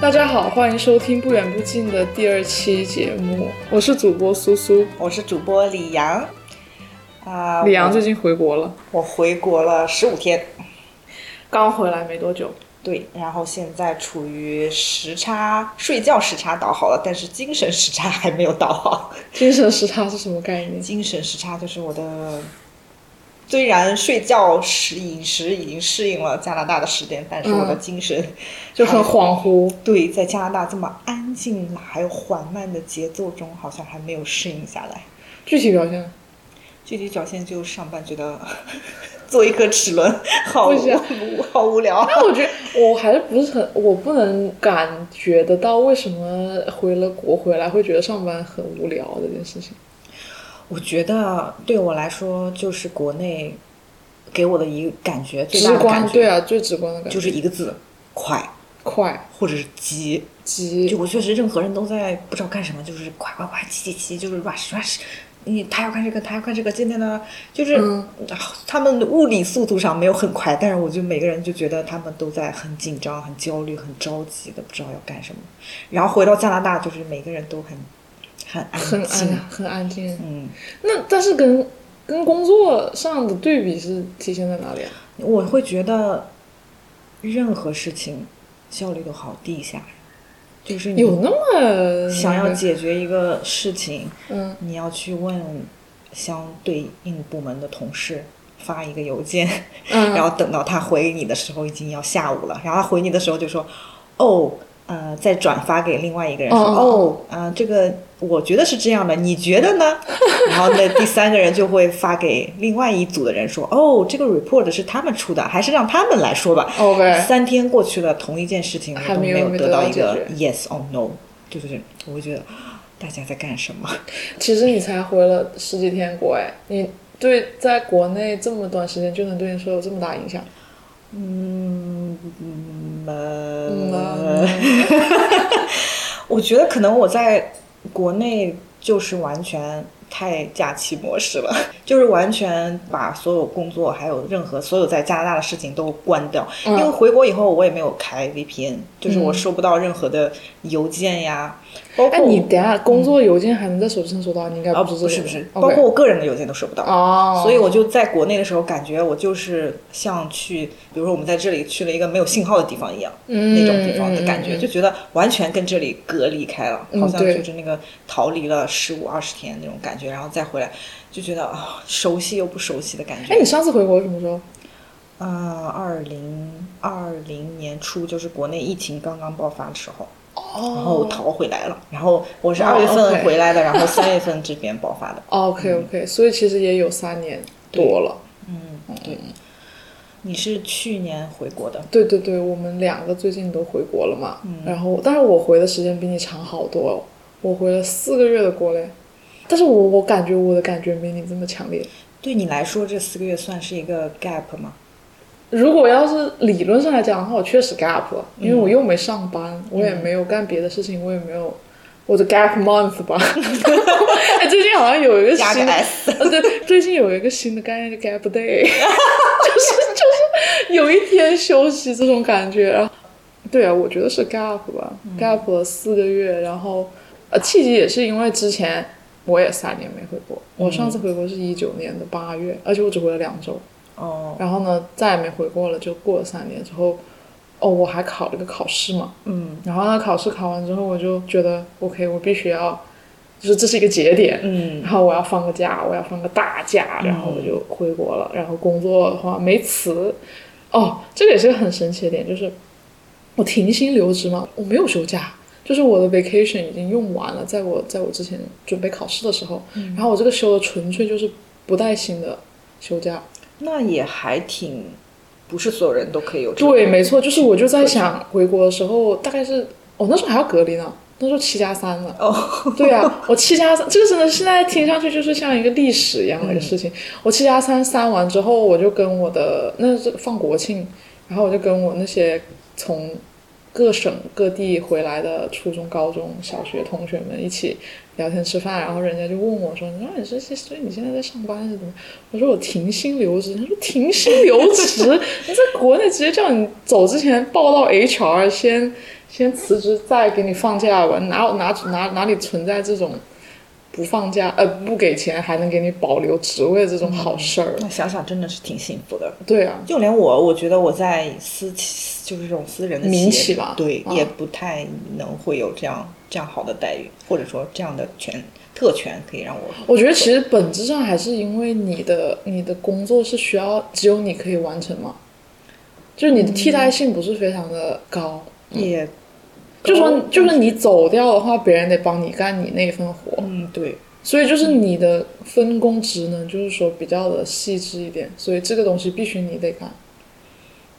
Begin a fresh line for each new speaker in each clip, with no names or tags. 大家好，欢迎收听《不远不近》的第二期节目，我是主播苏苏。
我是主播李阳，啊、
李阳最近回国了，
我，我回国了十五天，
刚回来没多久，
对，然后现在处于时差，睡觉时差倒好了，但是精神时差还没有倒好。
精神时差是什么概念？
精神时差就是我的，虽然睡觉时饮食已经适应了加拿大的时间，但是我的
嗯
精神、
就很恍惚。
对在加拿大这么安静还有缓慢的节奏中，好像还没有适应下来。
具体表现，
具体表现就上班觉得 做一颗齿轮，好
不
无
行
好无聊。
那我觉得我还是不是很，我不能感觉得到为什么回了国回来会觉得上班很无聊这件事情。
我觉得对我来说，就是国内给我的一个感觉，最大
直
的感
观，
觉
对啊，最直观的感觉
就是一个字：快，
快、
或者是急。
急
就、我确实，任何人都在不知道干什么，就是快快快，急急急，就是 rush rush。你他要看这个，他要看这个，今天呢，就是、啊
嗯
他们物理速度上没有很快，但是我就每个人就觉得他们都在很紧张、很焦虑、很着急的，不知道要干什么。然后回到加拿大，就是每个人都很
很
很安
安、
静，
很安静。
嗯。
那但是跟跟工作上的对比是体现在哪里啊？
我会觉得任何事情效率都好低下，就是你
有那么
想要解决一个事情，
嗯，
你要去问相对应部门的同事。发一个邮件，
嗯
然后等到他回你的时候已经要下午了，然后他回你的时候就说：“哦，呃，再转发给另外一个人说，
哦哦
哦，啊，这个我觉得是这样的，你觉得呢？”然后那第三个人就会发给另外一组的人说：“哦，这个 report 是他们出的，还是让他们来说吧。”
OK
三天过去了，同一件事情我
还
都
没
没
有
有
没
得
得
到
到
一
解
个
决
yes or no，就是我会觉得哦大家在干什么？
其实你才回了十几天国哎，你对在国内这么短时间就能对你说有这么大影响？
嗯嗯呃，
嗯，
我觉得可能我在国内就是完全太假期模式了，就是完全把所有工作还有任何所有在加拿大的事情都关掉。
嗯
因为回国以后我也没有开 VPN，就是我
嗯
收不到任何的邮件呀，包
哎，
括
你等一下工作邮件还能在手机上收到，你应该
啊
知
不
这个
是不是，
哦 OK
包括我个人的邮件都收不到。
哦，
所以我就在国内的时候，感觉我就是像去，比如说我们在这里去了一个没有信号的地方一样，
嗯
那种地方的感觉，
嗯嗯
就觉得完全跟这里隔离开了，
嗯
好像
对
就是那个逃离了十五二十天那种感觉，然后再回来，就觉得啊、熟悉又不熟悉的感觉。
哎，你上次回国什么时候？
呃，二零二零年初就是国内疫情刚刚爆发的时候，然后
哦
逃回来了，然后我是
哦
二月份
OK
回来的，然后三月份这边爆发的。
，OK OK，所以其实也有三年多了。
嗯，对。你是去年回国的，
对对对，我们两个最近都回国了嘛，然后但是我回的时间比你长好多、哦，我回了四个月的国嘞，但是我我感觉我的感觉没你这么强烈。
对你来说这四个月算是一个 gap 吗？
如果要是理论上来讲的话，我确实 gap 了，因为我又没上班，我也没有干别的事情，我也没有我的 gap month 吧。 哎，最近好像有一个
加个
新的，
S，
呃，对，最近有一个新的概念叫 gap day，就是就是有一天休息这种感觉。然后，对啊，我觉得是 gap 吧、g a p 了四个月，然后呃，契机也是因为之前我也三年没回国，我上次回国是一九年的八月，而且我只回了两周，
哦，
然后呢再也没回过了，就过了三年之后，哦，我还考了个考试嘛，
嗯
然后呢考试考完之后，我就觉得 OK，我必须要，就是这是一个节点，
嗯
然后我要放个假，我要放个大假，然后我就回国了。然后工作的话没辞，哦，这个也是个很神奇的点，就是我停薪留职嘛，我没有休假，就是我的 vacation 已经用完了，在我在我之前准备考试的时候，然后我这个休的纯粹就是不带薪的休假。
那也还挺，不是所有人都可以有这个
对，没错，就是我就在想回国的时候，大概是哦那时候还要隔离呢，那时候七加三呢。
哦，
对啊，我七加三，这个真的现在听上去就是像一个历史一样
嗯
的一个事情。我七加三删完之后，我就跟我的那是放国庆，然后我就跟我那些从各省各地回来的初中、高中小学同学们一起聊天吃饭，然后人家就问我说：“你说你这些，所以你现在在上班是怎么？”我说：“我停薪留职。”他说：“停 薪留职？你在国内直接叫你走之前报到 HR，先先辞职再给你放假吧，哪有哪哪哪里存在这种不放假呃不给钱还能给你保留职位这种好事儿？
那想想真的是挺幸福的。
对啊，
就连我，我觉得我在私企就是这种私人的
民
企
企
业
吧
对，
啊
也不太能会有这样这样好的待遇，或者说这样的权特权可以让我
我觉得其实本质上还是因为你的你的工作是需要只有你可以完成嘛，就是你的替代性不是非常的高。
也、
就说就说你走掉的话，别人得帮你干你那一份活，
嗯对，
所以就是你的分工职能就是说比较的细致一点，所以这个东西必须你得干。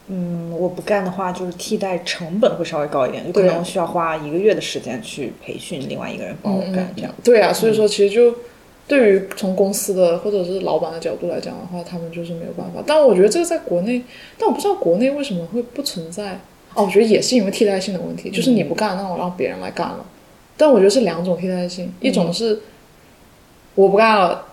嗯，我不干的话，就是替代成本会稍微高一点，有可
对啊
能需要花一个月的时间去培训另外一个人
嗯
帮我干，这样。
对啊，所以说其实就对于从公司的或者是老板的角度来讲的话，他们就是没有办法。但我觉得这个在国内，但我不知道国内为什么会不存在。哦，我觉得也是因为替代性的问题，就是你不干，那我让别人来干了。但我觉得是两种替代性，一种是我不干了，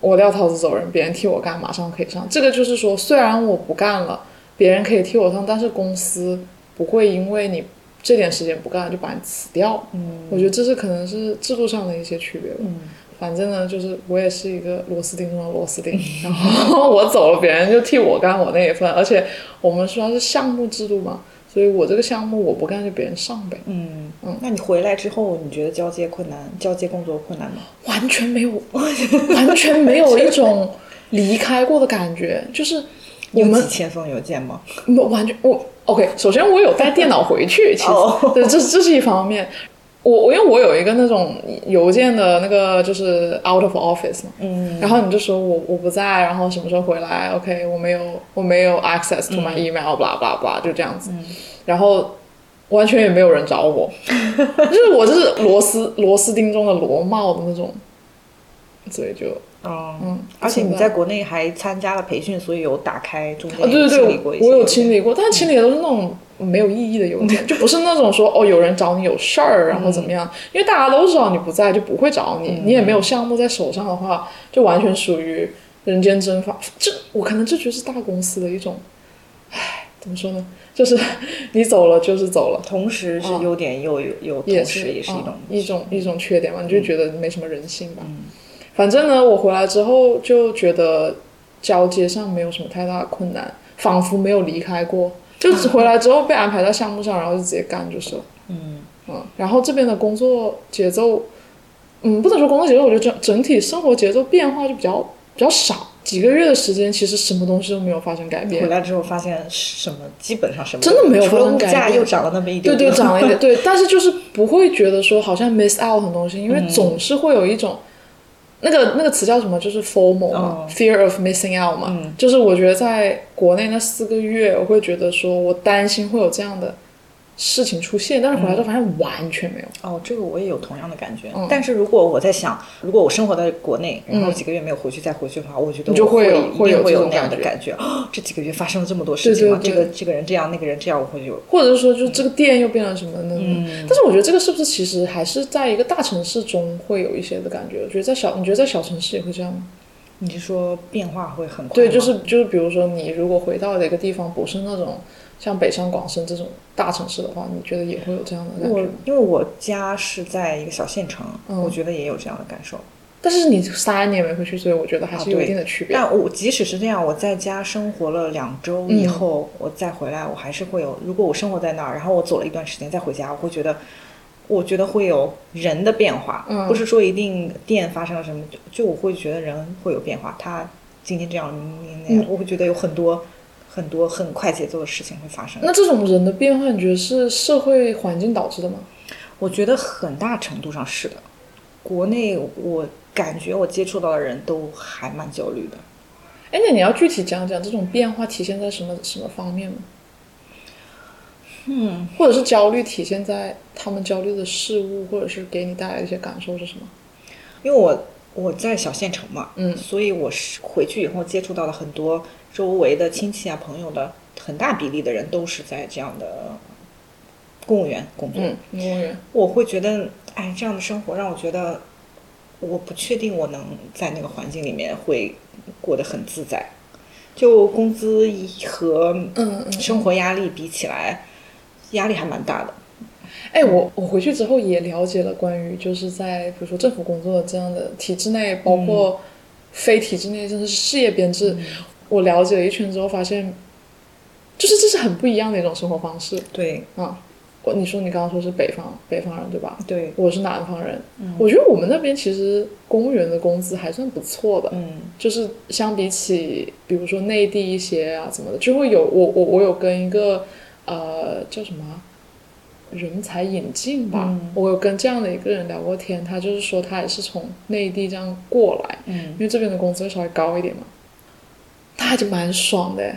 我撂挑子走人，别人替我干，马上可以上。这个就是说，虽然我不干了，别人可以替我上，但是公司不会因为你这点时间不干就把你辞掉。
嗯
我觉得这是可能是制度上的一些区别吧。
嗯，
反正呢，就是我也是一个螺丝钉中的螺丝钉， 然后我走了，别人就替我干我那一份。而且我们说是项目制度嘛，所以我这个项目我不干就别人上呗，
嗯
嗯
那你回来之后，你觉得交接困难、交接工作困难吗？
完全没有， 完全没有一种离开过的感觉，就是我
有
们
几千封邮件吗？
没有完全我 OK。首先我有带电脑回去，其实、
哦
对，这这是一方面。我我因为我有一个那种邮件的那个就是 out of office 嘛，
嗯，
然后你就说我我不在，然后什么时候回来？OK，我没有我没有 access to
嗯
my email，blah blah blah，就这样子。然后完全也没有人找 我，就是我就是螺丝螺丝钉中的螺帽的那种，所以就
哦，
嗯，
而且
不存
你
在
在国内还参加了培训，所以有打开中间
啊，对
清
对
理过
对
一，些
我有
邮件
清理过，但清理的都是那种没有意义的邮件，就不是那种说哦有人找你有事儿，然后
嗯
怎么样，因为大家都知道你不在，就不会找你，你也没有项目在手上的话，就完全属于人间蒸发。这我可能这就是大公司的一种，唉，怎么说呢？就是 你走了就是走了，
同时是优点又有有，
嗯也
同时也是一
啊
种嗯
一种一种缺点嘛，你就觉得没什么人性吧。反正呢，我回来之后就觉得交接上没有什么太大的困难，仿佛没有离开过，就只回来之后被安排到项目上，然后就直接干就是了。
嗯
嗯，然后这边的工作节奏，嗯，不能说工作节奏，我觉得整整体生活节奏变化就比较比较少。几个月的时间，其实什么东西都没有发生改变
回。来之后发现什么基本上什么
真的没有
除了
发生
物
改
价
变
又涨了那么一
对对，
点点，
长了一点， 对，但是就是不会觉得说好像 miss out 很多东西，因为
嗯
总是会有一种、那个那个词叫什么，就是 formal 嘛、
哦
f e a r of missing out 嘛，
嗯
就是我觉得在国内那四个月，我会觉得说我担心会有这样的事情出现，但是回来之后发现完全没有，
哦，这个我也有同样的感觉。
嗯
但是如果我在想，如果我生活在国内，然后几个月没有回去再回去的话，我觉得
你就
我会
会有
一
会有这
定会有
种
那样的
感觉
感觉。哦，这几个月发生了这么多事情吗？
对对
这个这个人这样，那个人这样，我会有
或者是说就这个店又变成什么呢？
嗯
但是我觉得这个是不是其实还是在一个大城市中会有一些的感觉？我觉得在小，你觉得在小城市也会这样吗？
你是说变化会很快吗？
对，就是就是，比如说你如果回到的一个地方，不是那种像北上广深这种大城市的话，你觉得也会有这样的感
我
觉吗？
因为我家是在一个小县城，
嗯
我觉得也有这样的感受。
但是你三年没回去，所以我觉得还
啊
是有
对
一定的区别。
但我即使是这样，我在家生活了两周
嗯
以后，我再回来，我还是会有。如果我生活在那儿，然后我走了一段时间再回家，我会觉得，我觉得会有人的变化，
嗯
不是说一定店发生了什么，就就我会觉得人会有变化。他今天这样，明天那样，
嗯
我会觉得有很多很多很快节奏的事情会发生。
那这种人的变化，你觉得是社会环境导致的吗？
我觉得很大程度上是的。国内我感觉我接触到的人都还蛮焦虑的。
哎，那你要具体讲讲这种变化体现在什么什么方面吗？嗯，或者是焦虑体现在他们焦虑的事物，或者是给你带来的一些感受是什么？
因为我我在小县城嘛，
嗯
所以我是回去以后接触到了很多周围的亲戚啊、朋友的，很大比例的人都是在这样的公务员工作。
嗯，公务员，
我会觉得，哎，这样的生活让我觉得，我不确定我能在那个环境里面会过得很自在。就工资和
嗯嗯，
生活压力比起来，压力还蛮大的。
哎，我我回去之后也了解了关于就是在比如说政府工作这样的体制内，包括非体制内，甚至是事业编制，我了解了一圈之后发现，就是这是很不一样的一种生活方式
对
啊。我你说你刚刚说是北方北方人对吧？
对，
我是南方人，我觉得我们那边其实公务员的工资还算不错的，
嗯
就是相比起，比如说内地一些啊什么的，就会有我我我有跟一个呃叫什么啊人才引进吧，
嗯
我有跟这样的一个人聊过天，他就是说他也是从内地这样过来，
嗯
因为这边的工资会稍微高一点嘛，他还就蛮爽的，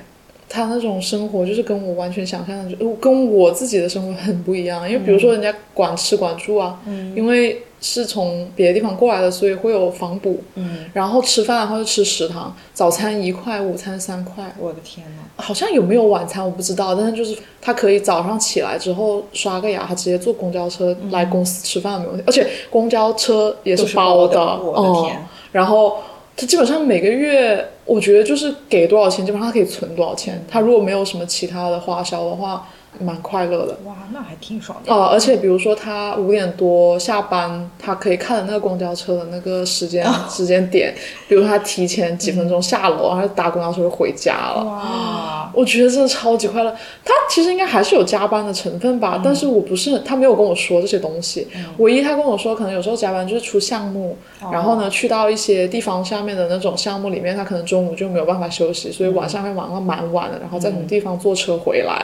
他那种生活就是跟我完全想象的，就跟我自己的生活很不一样，啊因为比如说人家管吃管住啊，
嗯
因为是从别的地方过来的，所以会有房补。
嗯，
然后吃饭的话就吃食堂，早餐一块，午餐三块，
我的天呐，
好像有没有晚餐我不知道，但是就是他可以早上起来之后刷个牙，他直接坐公交车来公司吃饭没问题，而且公交车也
嗯都
是
是包
的，
我的
嗯
天，，
然后他基本上每个月，我觉得就是给多少钱，基本上他可以存多少钱，他如果没有什么其他的花销的话，蛮快乐的。
哇，那还挺爽的。
哦，而且比如说他五点多下班，他可以看的那个公交车的那个时间、时间点，比如他提前几分钟下楼，然后搭公交车就回家了。
哇，
我觉得真的超级快乐。他其实应该还是有加班的成分吧，但是我不是很他没有跟我说这些东西。唯一他跟我说，可能有时候加班就是出项目，然后呢去到一些地方下面的那种项目里面，他可能中午就没有办法休息，所以晚上会忙到蛮晚的，然后再从地方坐车回来。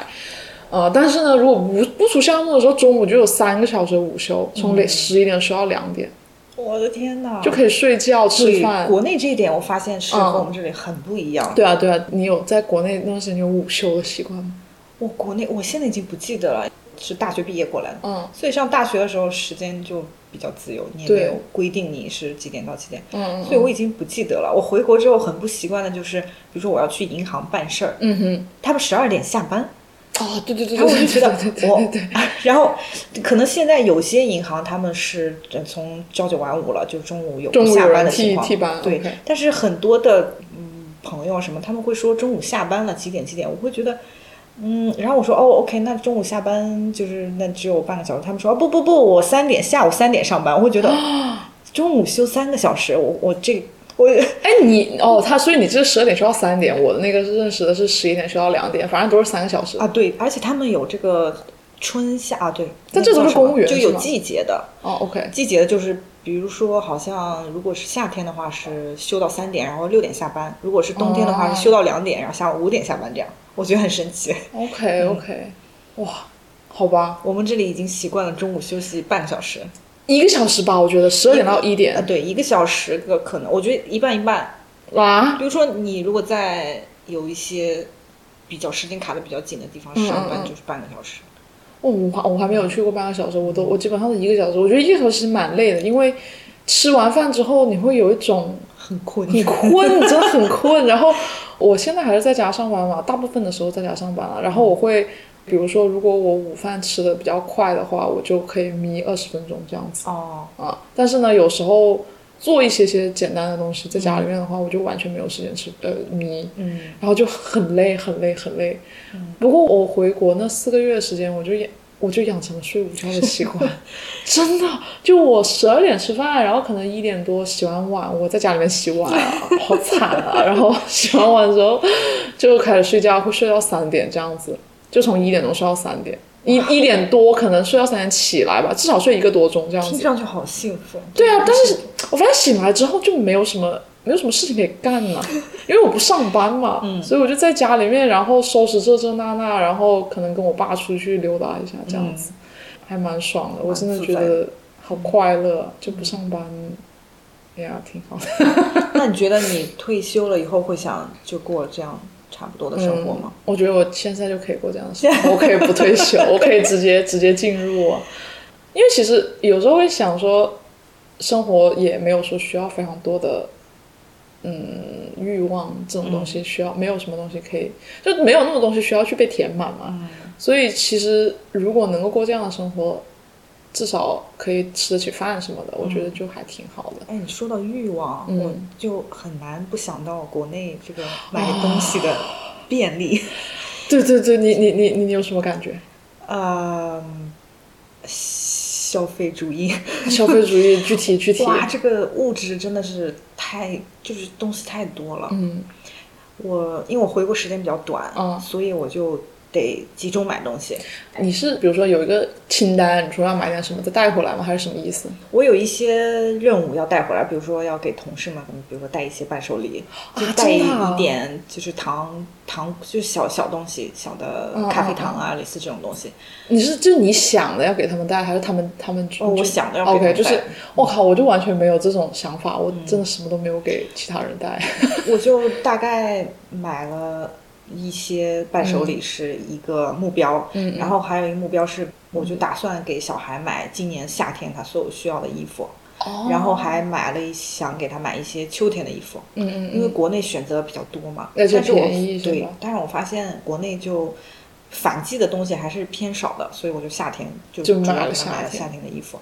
呃，但是呢，如果不不出项目的时候，中午就有三个小时的午休，从十一点休到两点，
我的天呐，
就可以睡觉、吃饭。
国内这一点，我发现是和
嗯
我们这里很不一样。
对啊，对啊，你有在国内那段时间有午休的习惯吗？
我国内我现在已经不记得了，是大学毕业过来的，
嗯
所以上大学的时候时间就比较自由，你也没
对
有规定你是几点到几点，
嗯嗯
所以我已经不记得了。我回国之后很不习惯的就是，比如说我要去银行办事儿，
嗯哼，
他们十二点下班，
哦，对对对
然后我就
对，
觉得
对对
我
对对，，
然后可能现在有些银行他们是呃从朝九晚五了，就中午有
中午
下
有
班
人
的情
替
况，
替班，
对
OK
但是很多的嗯朋友什么，他们会说中午下班了几点几点，我会觉得。嗯，然后我说哦，OK，那中午下班就是那只有半个小时。他们说、哦、不不不，我三点下午三点上班。我会 觉得中午休三个小时，我我这我
哎，你哦，他所以你这十二点休到三点，我的那个是认识的是十一点休到两点，反正都是三个小时。
啊对，而且他们有这个春夏啊对，
但这
那
都
叫
是
什么
公务员
就是有
吗
季节的，
哦，OK，
季节的就是，比如说，好像如果是夏天的话是休到三点，然后六点下班；如果是冬天的话
哦
是休到两点，然后下午五点下班。这样我觉得很神奇。
OK OK，、哇，好吧，
我们这里已经习惯了中午休息半个小时
一个小时吧，我觉得十二点到一
啊，
点
对，一个小时个可能，我觉得一半一半。
啊，
比如说，你如果在有一些比较时间卡的比较紧的地方
嗯
上班，
嗯
就是半个小时。
我哦我还我还没有去过半个小时，我都我基本上是一个小时，我觉得一个小时蛮累的，因为吃完饭之后你会有一种
很困，
你困，真的很困。然后我现在还是在家上班嘛，大部分的时候在家上班了。然后我会，比如说，如果我午饭吃的比较快的话，我就可以眯二十分钟这样子
哦，
啊。但是呢，有时候做一些些简单的东西，在家里面的话，我就完全没有时间吃呃眯，
嗯
然后就很累，很累，很累。不过我回国那四个月的时间，我就养我就养成了睡午觉的习惯，真的，就我十二点吃饭，然后可能一点多洗完碗，我在家里面洗碗啊，好惨啊！然后洗完碗之后就开始睡觉，会睡到三点这样子，就从一点钟睡到三点，一一点多可能睡到三点起来吧，至少睡一个多钟这样
听
子。
上去好幸福。
对啊，但是我发现醒来之后就没有什么没有什么事情可以干了、因为我不上班嘛，所以我就在家里面，然后收拾这这那那，然后可能跟我爸出去溜达一下这样子，还嗯蛮爽的。我真的觉
蛮自
得好快乐啊，就不上班，哎呀，挺好的。
那你觉得你退休了以后会想就过这样差不多的生活吗？
嗯我觉得我现在就可以过这样的生活，我可以不退休，我可以直接直接进入啊。因为其实有时候会想说，生活也没有说需要非常多的，嗯，欲望这种东西
嗯
需要，没有什么东西可以，就没有那么东西需要去被填满嘛。
嗯
所以其实如果能够过这样的生活，至少可以吃得起饭什么的，我觉
嗯
得就还挺好的。
哎，你说到欲望，
嗯
我就很难不想到国内这个买
哦
东西的便利。
对对对，你你你你你有什么感觉？
呃，消费主义。
消费主义具体具体，
哇，这个物质真的是太就是东西太多了。
嗯
我因为我回国时间比较短，
嗯
所以我就得集中买东西。
你是比如说有一个清单，你说要买点什么再带回来吗？还是什么意思？
我有一些任务要带回来，比如说要给同事们，比如说带一些伴手礼，
啊
就带一
真的啊
一点就是糖糖，就小小东西，小的
嗯
咖啡糖啊，类似这种东西。
你是就你想的要给他们带，还是他们他们？
哦我想的要给他
OK，
们带嗯
就是我靠，我就完全没有这种想法，我真的什么都没有给其他人带。
我就大概买了一些伴手礼，是一个目标，
嗯嗯
然后还有一个目标是，我就打算给小孩买今年夏天他所有需要的衣服，
哦
然后还买了一想给他买一些秋天的衣服。
嗯嗯
因为国内选择比较多嘛，
而且
但是我
便宜是
对
吧，
但是我发现国内就反季的东西还是偏少的，所以我就夏天就
就
主
买
要
了
给他
夏
买了
天
夏天的衣服。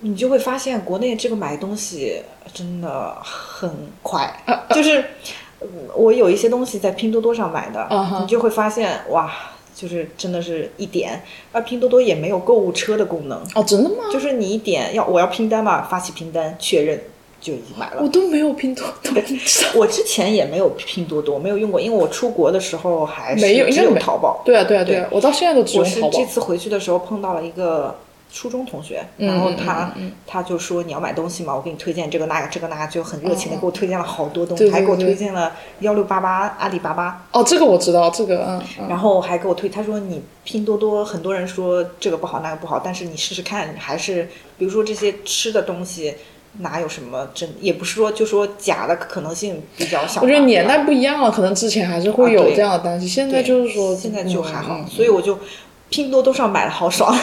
你就会发现国内这个买东西真的很快，
啊
就是嗯我有一些东西在拼多多上买的
啊哈
你就会发现哇，就是真的是一点，而拼多多也没有购物车的功能，
哦，真的吗？
就是你一点要我要拼单嘛，发起拼单确认就已经买了
我。都没有拼多多，
我之前也没有拼多多，没有用过，因为我出国的时候还是
没有应
只
该
有
没
淘宝。
对啊对啊对啊，我到现在都只
我
用
是
淘宝
这。次回去的时候碰到了一个初中同学，
嗯
然后
嗯
他、
嗯嗯
他就说你要买东西嘛，我给你推荐这个那个这个那个，就很热情的给我推荐了好多东
嗯
西，
对对
还给我
对
推荐了幺六八八、阿里巴巴，
哦，这个我知道，这个嗯嗯
然后还给我推，他说你拼多多，很多人说这个不好那个不好，但是你试试看，还是比如说这些吃的东西。哪有什么真，也不是说就说假的可能性比较小
我
吧。
觉得
对
年
吧
代不一样了，可能之前还是会
啊
有
对
这样的担心，现在
对
就是说
现在就还好，
嗯嗯
所以我就拼多多上买的 好爽。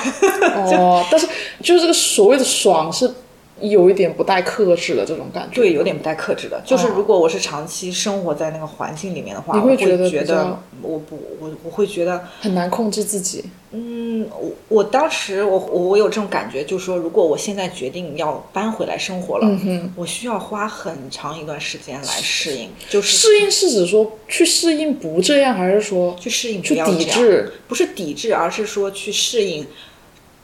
哦，但是就是这个所谓的爽是有一点不带克制的这种感觉。
对，有点不太克制的，就是
哦
如果我是长期生活在那个环境里面的话，
你
我
会
会
觉得
觉
比较
得我不我我会觉得，
很难控制自己。
嗯，我我当时我我有这种感觉，就是说如果我现在决定要搬回来生活了，
嗯哼，
我需要花很长一段时间来适应，就是
适应是指说去适应不这样，还是说
去适应
去
不要
抵
这样
制？
不是抵制，而是说去适应。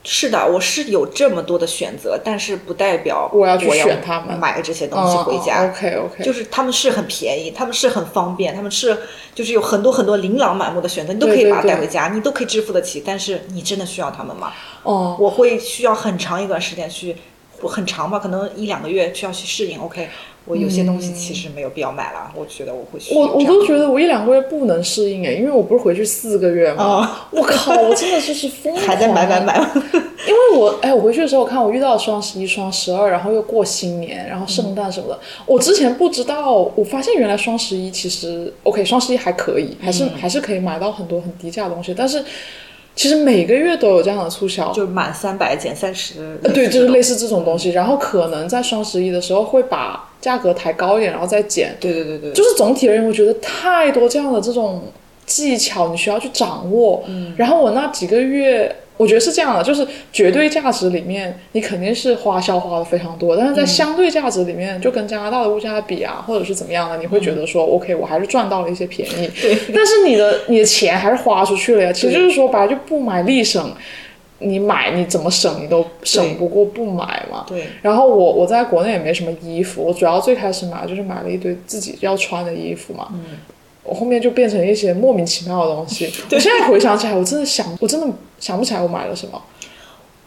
是的，我是有这么多的选择，但是不代表
我要去选它们嗯
买这些东西回家。
OK OK，
就是他们是很便宜，他们是很方便，他们是就是有很多很多琳琅满目的选择，你都可
对
以
对
把它
对
带回家，你都可以支付得起。但是你真的需要他们吗？
哦，
我会需要很长一段时间去，很长吧，可能一两个月需要去适应。OK，我有些东西其实没有必要买了，我觉得我会需
嗯
要
我
这
我
样
都觉得我一两个月不能适应哎，因为我不是回去四个月嘛，
哦
我靠，我真的就是疯狂啊
还在买买买，
因为我哎，我回去的时候，我看我遇到双十一、双十二，然后又过新年，然后圣诞什么的。我之前不知道，我发现原来双十一其实 OK，双十一还可以，还是、还是可以买到很多很低价的东西。但是其实每个月都有这样的促销，
就是满三百减三十。
呃对，就是类似这种东西。然后可能在双十一的时候会把价格抬高一点，然后再减。
对对对对，
就是总体而言，我觉得太多这样的这种技巧你需要去掌握。嗯，然后我那几个月，我觉得是这样的，就是绝对价值里面，你肯定是花销花的非常多，但是
嗯
在相对价值里面，就跟加拿大的物价比啊，或者是怎么样的，你会觉得说、o k 我还是赚到了一些便宜。
嗯 对，
但是你的你的钱还是花出去了呀。其实就是说白了，就不买立省。你买你怎么省你都省不过不买嘛，
对
然后我我在国内也没什么衣服，我主要最开始买就是买了一堆自己要穿的衣服嘛。嗯。我后面就变成一些莫名其妙的东西。我现在回想起来，我真的想，我真的想不起来我买了什么。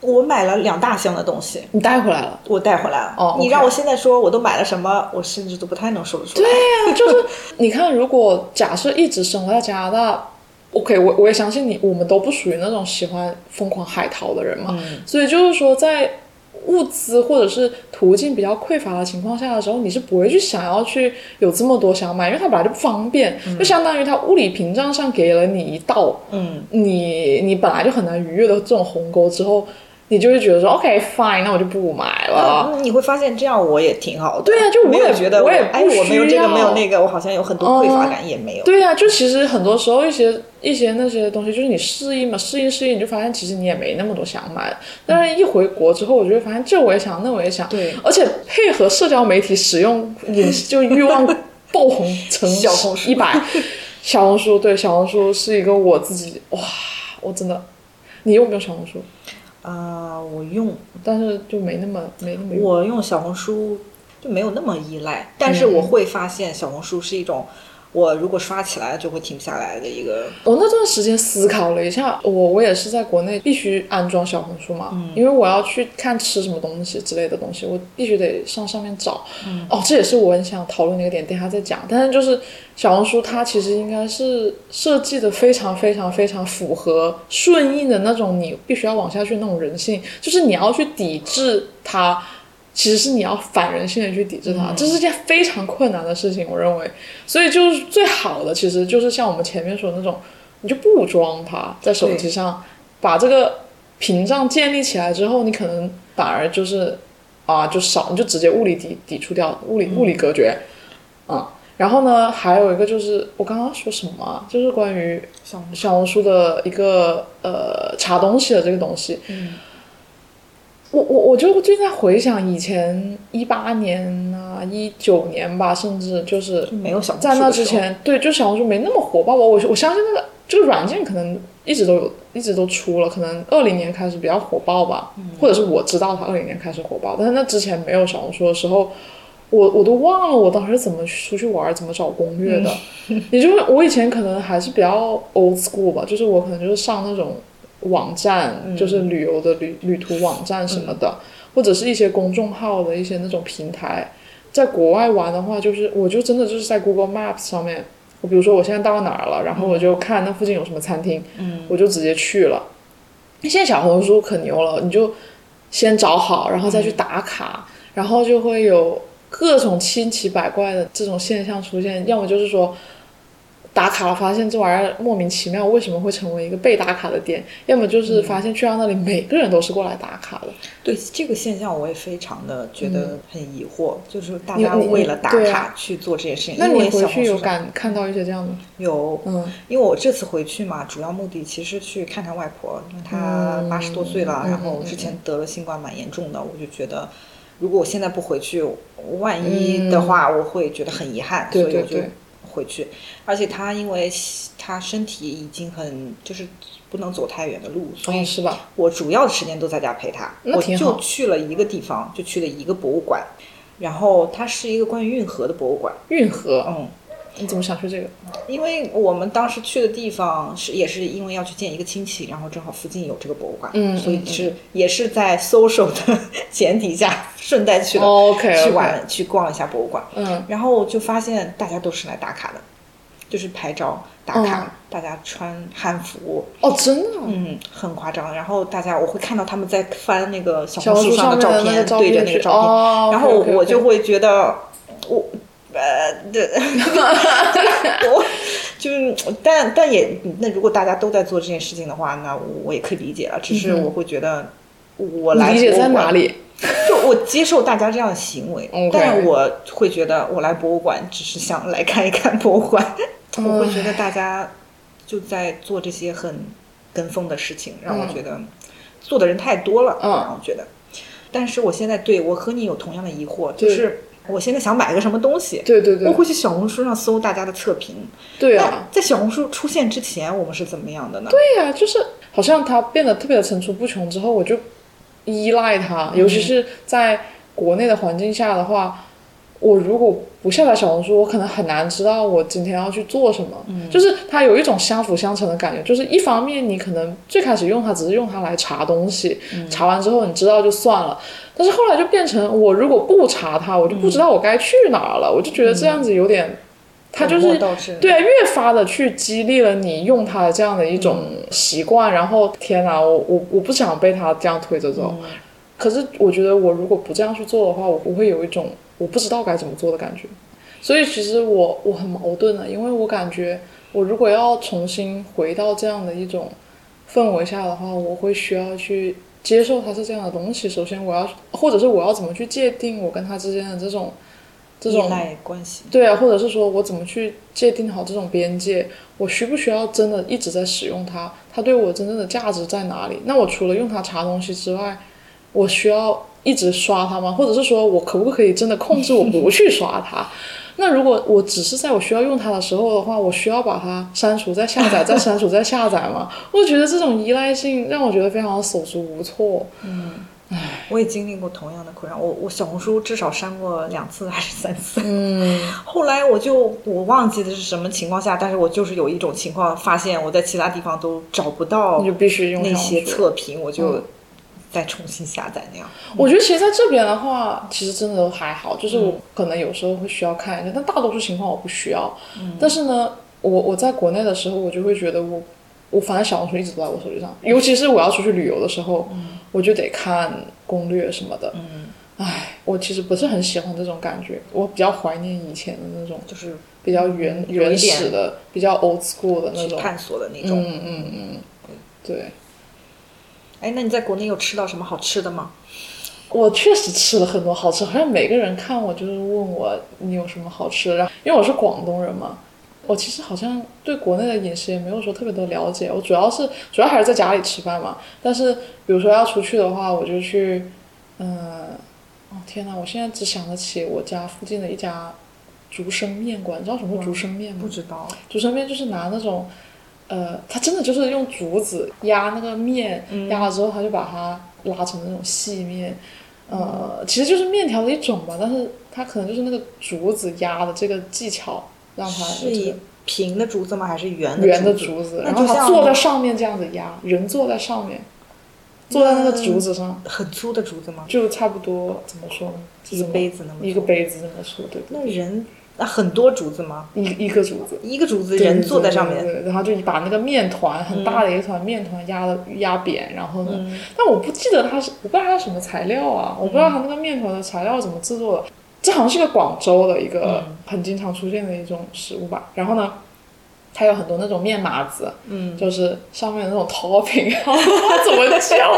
我买了两大箱的东西，
你带回来了？
我带回来了。
哦
你
OK
让我现在说我都买了什么，我甚至都不太能说得出来。
对呀、啊就是你看，如果假设一直生活在加拿大，OK，我我也相信你，我们都不属于那种喜欢疯狂海淘的人嘛，
嗯
所以就是说在。物资或者是途径比较匮乏的情况下的时候，你是不会去想要去有这么多想买，因为它本来就不方便，就相当于它物理屏障上给了你一道，
嗯，
你你本来就很难逾越的这种鸿沟之后，你就会觉得说 OK fine，那我就不买了。
嗯你会发现这样我也挺好的。
啊对啊就我
没有
也
觉得
我也
哎，
不
我没有
需
这个
要哦
没有那个，我好像有很多匮乏感，也没有。
对呀、就其实很多时候一些一些那些东西，就是你适应嘛，适应适应，你就发现其实你也没那么多想买的。但是一回国之后，我就会发现这我也想，那我也想。
对
而且配合社交媒体使用，也就欲望爆红成
小红书
一 百。小红书对小红书是一个我自己哇，我真的，你用不用小红书？
啊、我用
但是就没那么没那么用。
我用小红书就没有那么依赖，但是我会发现小红书是一种我如果刷起来就会停不下来的一个。
我那段时间思考了一下，我我也是在国内必须安装小红书嘛，因为我要去看吃什么东西之类的东西，我必须得上上面找。哦，这也是我很想讨论的一个点，等一下再讲。但是就是小红书它其实应该是设计的非常非常非常符合顺应的那种，你必须要往下去那种人性，就是你要去抵制它。其实是你要反人性的去抵制它，这是件非常困难的事情，我认为。所以就是最好的，其实就是像我们前面说的那种，你就不装它在手机上，把这个屏障建立起来之后，你可能反而就是啊，就少，你就直接物理抵抵触掉，物
嗯
理物理隔绝，啊。然后呢，还有一个就是我刚刚说什么啊、就是关于
小红
小红书的一个呃查东西的这个东西。
嗯
我我我就最近在回想以前一八年啊一九年吧，甚至就是
没有小红书
在那
的
之
时候，
前，对，就小红书没那么火爆吧。我我相信那个这个软件可能一直都有，一直都出了，可能二零年开始比较火爆吧，
嗯
或者是我知道它二零年开始火爆，但是那之前没有小红书的时候，我我都忘了我当时怎么出去玩，怎么找攻略的。
嗯
也就是我以前可能还是比较 old school 吧，就是我可能就是上那种网站，
嗯
就是旅游的旅旅途网站什么的，或者是一些公众号的一些那种平台。在国外玩的话，就是我就真的就是在 Google Maps 上面，我比如说我现在到哪儿了，然后我就看那附近有什么餐厅，
嗯
我就直接去了。现在小红书可牛了，你就先找好，然后再去
嗯
打卡，然后就会有各种千奇百怪的这种现象出现，要么就是说。打卡了，发现这玩意儿莫名其妙为什么会成为一个被打卡的点？要么
嗯
就是发现去到那里每个人都是过来打卡的，
对这个现象我也非常的觉得很疑惑，就是大
嗯你
家
你
为了打
对啊
卡去做这件事情。
那
因
你
为
回
小
去
红
有
书上
感看到一些这样的？
有
嗯，
因为我这次回去嘛，主要目的其实去看看外婆，因为她
嗯
八十多岁了，
嗯
然后之前得了新冠蛮严重的，我就觉得，如果我现在不回去，万一的话，我会觉得很遗憾，
嗯对
所以
对
我就
对
回去。而且她因为她身体已经很就是不能走太远的路，所以
哦，是吧？
我主要的时间都在家陪他，
那
我
挺好
就去了一个地方，就去了一个博物馆，然后它是一个关于运河的博物馆，
运河，
嗯，
你怎么想去这个？
因为我们当时去的地方是也是因为要去见一个亲戚，然后正好附近有这个博物馆，
嗯
所以
嗯
是也是在 social 的 前提下顺带去了
OK，
去玩去逛了一下博物馆，
嗯，
然后就发现大家都是来打卡的，就是拍照打卡，大家穿汉服，
哦，真的啊、
嗯，很夸张。然后大家我会看到他们在翻那个小
小
红
红书
书上
上
的
面的那个
照片，
照
对着
片
那个
去
照片，
哦
然后
，OK，OK，OK
我就会觉得我呃， 对，我就是，但但也那如果大家都在做这件事情的话，那我我也可以理解了。只是我会觉得我来
嗯理解
博物
在
馆
哪？里？哦
就我接受大家这样的行为
OK
但我会觉得我来博物馆只是想来看一看博物馆，我会觉得大家就在做这些很跟风的事情，让我觉得做的人太多了，
嗯
让我觉得。但是我现在对我和你有同样的疑惑，就
对
是我现在想买个什么东西，
嗯对对
我
对，
会去小红书上搜大家的测评。
对啊
那，在小红书出现之前，我们是怎么样的呢？
对呀、就是好像它变得特别的层出不穷之后，我就依赖它，尤其是在国内的环境下的话，我如果不下载小红书，我可能很难知道我今天要去做什么。就是它有一种相辅相成的感觉，就是一方面你可能最开始用它只是用它来查东西，查完之后你知道就算了，但是后来就变成我如果不查它，我就不知道我该去哪儿了，我就觉得这样子有点。它就是
本末倒置
对啊，越发的去激励了你用它的这样的一种习惯，然后天哪，我我我不想被它这样推着走。可是我觉得我如果不这样去做的话，我我会有一种我不知道该怎么做的感觉。所以其实我我很矛盾啊的，因为我感觉我如果要重新回到这样的一种氛围下的话，我会需要去接受它是这样的东西。首先我要，或者是我要怎么去界定我跟它之间的这种这
依
种
赖关系，
对啊，或者是说我怎么去界定好这种边界？我需不需要真的一直在使用它？它对我真正的价值在哪里？那我除了用它查东西之外，我需要一直刷它吗？或者是说我可不可以真的控制我不去刷它？ 那如果我只是在我需要用它的时候的话，我需要把它删除、再下载、再删除、再下载吗？ 我觉得这种依赖性让我觉得非常手足无措。
我也经历过同样的困扰，我我小红书至少删过两次还是三次。
嗯，
后来我就我忘记的是什么情况下，但是我就是有一种情况，发现我在其他地方都找不到
你就必须用
哦那
小红
些
书
测评，我
嗯
就再重新下载那样。
我觉得其实在这边的话，其实真的都还好，就是
嗯
我可能有时候会需要看一下，但大多数情况我不需要。
嗯
但是呢，我我在国内的时候，我就会觉得我我反正小红书一直都在我手机上，尤其是我要出去旅游的时候，我就得看攻略什么的。
嗯，
唉，我其实不是很喜欢这种感觉，我比较怀念以前的那种
就是
比较原
有一
原
点
始的、比较 old school 的那
去
种。
探索的那
嗯
种。
嗯嗯嗯，对。
哎，那你在国内有吃到什么好吃的吗？
我确实吃了很多好吃，好像每个人看我就是问我你有什么好吃的，然后因为我是广东人嘛，我其实好像对国内的饮食也没有说特别多了解，我主要是主要还是在家里吃饭嘛，但是比如说要出去的话，我就去，嗯、哦天哪，我现在只想得起我家附近的一家竹升面馆，你知道什么是竹升面吗？
不知道。
竹升面就是拿那种，呃，它真的就是用竹子压那个面，
嗯
压了之后，它就把它拉成那种细面，呃，其实就是面条的一种吧，但是它可能就是那个竹子压的这个技巧，让它
是
有这
以
个
平的竹子吗？还是圆
圆的
的
竹子，
那
然
就
后它
像
坐在上面这样子压，人坐在上面，坐在那个
嗯
竹子上，
很粗的竹子吗？
就差不多怎么说呢？
一个杯子那么粗
一个杯子这么粗，对，
那人那很多竹子吗？
一一个竹子。
一个竹子
对
人坐在上面，嗯
对对对对然后就把那个面团很大的一团面团压的压扁，然后呢，但我不记得它是，我不知道它是什么材料啊，我不知道它那个面团的材料怎么制作的，这好像是个广州的一个很经常出现的一种食物吧。然后呢，它有很多那种面码子，
嗯，
就是上面的那种 topping，怎么叫？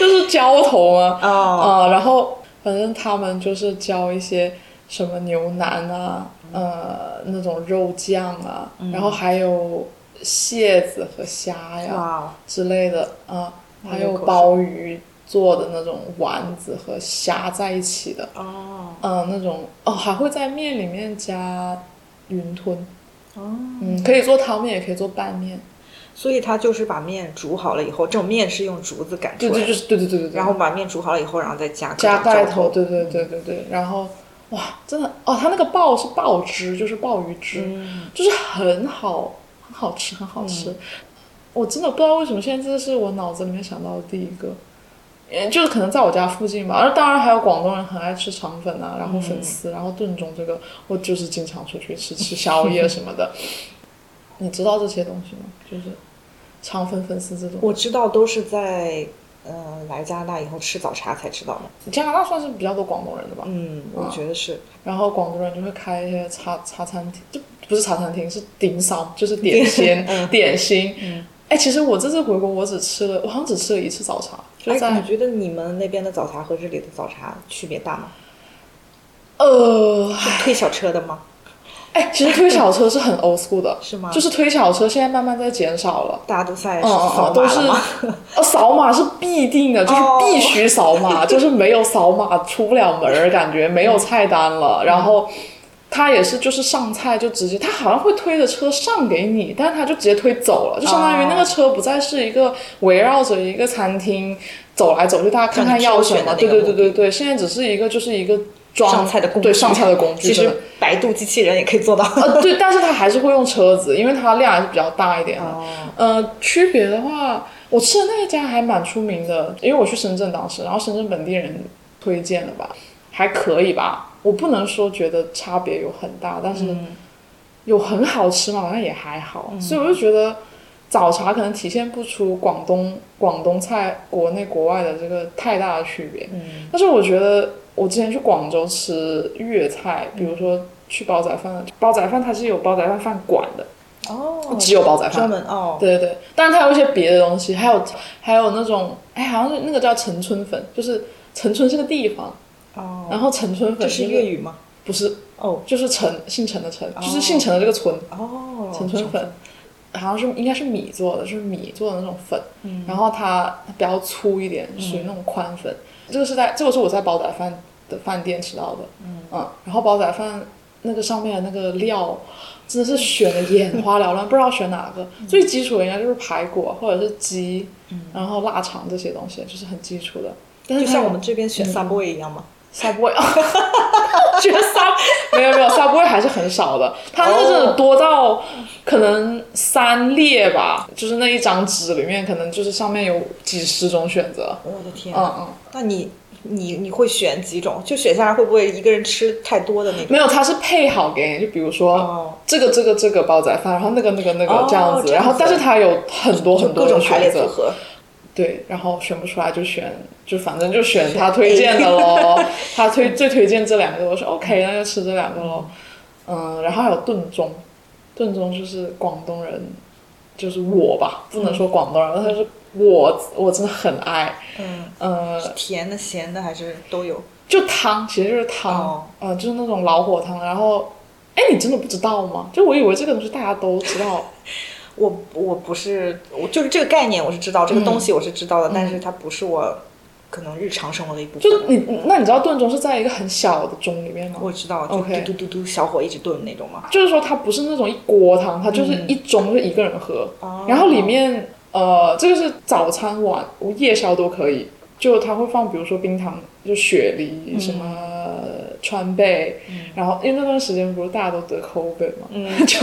就是浇头啊，
哦，
啊、然后反正他们就是浇一些什么牛腩啊，呃，那种肉酱啊，然后还有蟹子和虾呀
哇，
之类的啊、
我
还
流
有
口水
鲍鱼做的那种丸子和虾在一起的，
哦，
嗯、那种哦，还会在面里面加云吞，
哦，
嗯，可以做汤面，也可以做拌面，
所以他就是把面煮好了以后，这种面是用竹子擀出
对
来的，
对，就是对对对对对，
然后把面煮好了以后，然后再加各
加
种
盖
浇
头，，对对对对对，然后哇，真的哦，它那个鲍是鲍汁，就是鲍鱼汁，
嗯，
就是很好，很好吃，很好吃。我真的不知道为什么现在这是我脑子里面想到的第一个，嗯，就是可能在我家附近吧。而当然还有广东人很爱吃肠粉啊，然后粉丝，然后炖盅这个，我就是经常出去吃吃宵夜什么的。你知道这些东西吗？就是肠粉、粉丝这种。
我知道都是在呃来加拿大以后吃早茶才知道的，
加拿大算是比较多广东人的吧。
嗯，我
啊
觉得是，
然后广东人就会开一些茶茶餐厅，就不是茶餐厅，是顶商，就是点 心
嗯
点心。哎，其实我这次回国，我只吃了，我好像只吃了一次早茶，就
哎，
在、
你觉得你们那边的早茶和这里的早茶区别大吗？
呃，
推小车的吗？
哎，其实推小车是很 old school 的，
是吗
就是推小车现在慢慢在减少了。
大家都在
嗯嗯
哦扫
嗯，
码
都是
了吗？
呃，扫码是必定的，就是
哦
必须扫 码，就是没有扫码出不了门儿，感觉
嗯
没有菜单了。然后他也是就是上菜就直接，他好像会推着车上给你，但他就直接推走了，就相当于那
哦
个车不再是一个围绕着一个餐厅走来走去，大家看看要什么。
让你
对
挑选的那
对
个
对对对，现在只是一个就是一个装
上菜的工具，
对上菜的工具，
其
真的
实百度机器人也可以 做到。
呃，对，但是它还是会用车子，因为它量还是比较大一点的。
哦
呃，区别的话，我吃的那一家还蛮出名的，因为我去深圳当时，然后深圳本地人推荐的吧，还可以吧。我不能说觉得差别有很大，但是
嗯
有很好吃嘛，好像也还好。所以我就觉得早茶可能体现不出广东广东菜国内国外的这个太大的区别。
嗯
但是我觉得我之前去广州吃粤菜，比如说去煲仔饭，煲仔饭它是有煲仔饭饭馆的，
哦，
只有煲仔饭。
专门哦，
对对对，当然它有一些别的东西，还有还有那种，哎，好像是那个叫陈村粉，就是陈村是个地方，
哦，
然后陈村粉、
这
就是
粤语吗？
不是
哦
就是陈姓陈的陈，就是姓陈的这个村，
哦，
陈村粉，好像是应该是米做的，就是米做的那种粉，
嗯
然后它它比较粗一点，属于那种宽
嗯
嗯粉。这个是在这个是我在煲仔饭的饭店吃到的，嗯然后煲仔饭那个上面的那个料真的是选的眼花缭乱，不知道选哪个。
嗯
最基础的应该就是排骨啊或者是鸡，然后腊肠这些东西，就是很基础的。但
就是像我们这边
嗯
选 Subway 一样嘛。
Subway，觉得 Sub 没有没有 Subway 还是很少的，它那个真
哦
的多到可能三列吧，就是那一张纸里面可能就是上面有几十种选择。
我的天，
嗯嗯，
哦那你你你会选几种？就选下来会不会一个人吃太多的那种？
没有，它是配好给你，就比如说、
哦
这个这个这个煲仔饭，然后那个那个那个、
哦
这样
这样子
子，然后但是它有很多很多
各种
的
排列
选择
组合，
对，然后选不出来就选，就反正就选他推荐的 喽。他推最推荐这两个， 我说 OK，那就吃这两个喽。嗯，然后还有炖盅，炖盅就是广东人，就是我吧，不能说广东人，但是我我真的很爱。
嗯，
呃，
甜的、咸的还是都有。
就汤，其实就是汤，
哦
呃，就是那种老火汤。然后，哎，你真的不知道吗？就我以为这个东西大家都知 道，
我我不是，我就是这个概念我是知道，
嗯
这个东西我是知道的，但是它不是我可能日常生活的一部分。嗯
就嗯你那你知道炖盅是在一个很小的盅里面吗？
我知道，就
OK
嘟嘟嘟嘟小火一直炖那种嘛。
就是说它不是那种一锅汤，它就是一盅就一个人喝，
嗯哦
然后里面呃这个是早餐晚夜宵都可以，就它会放比如说冰糖就雪梨、什么
嗯
川贝，然后因为那段时间不是大家都得 COVID 嘛，
嗯
就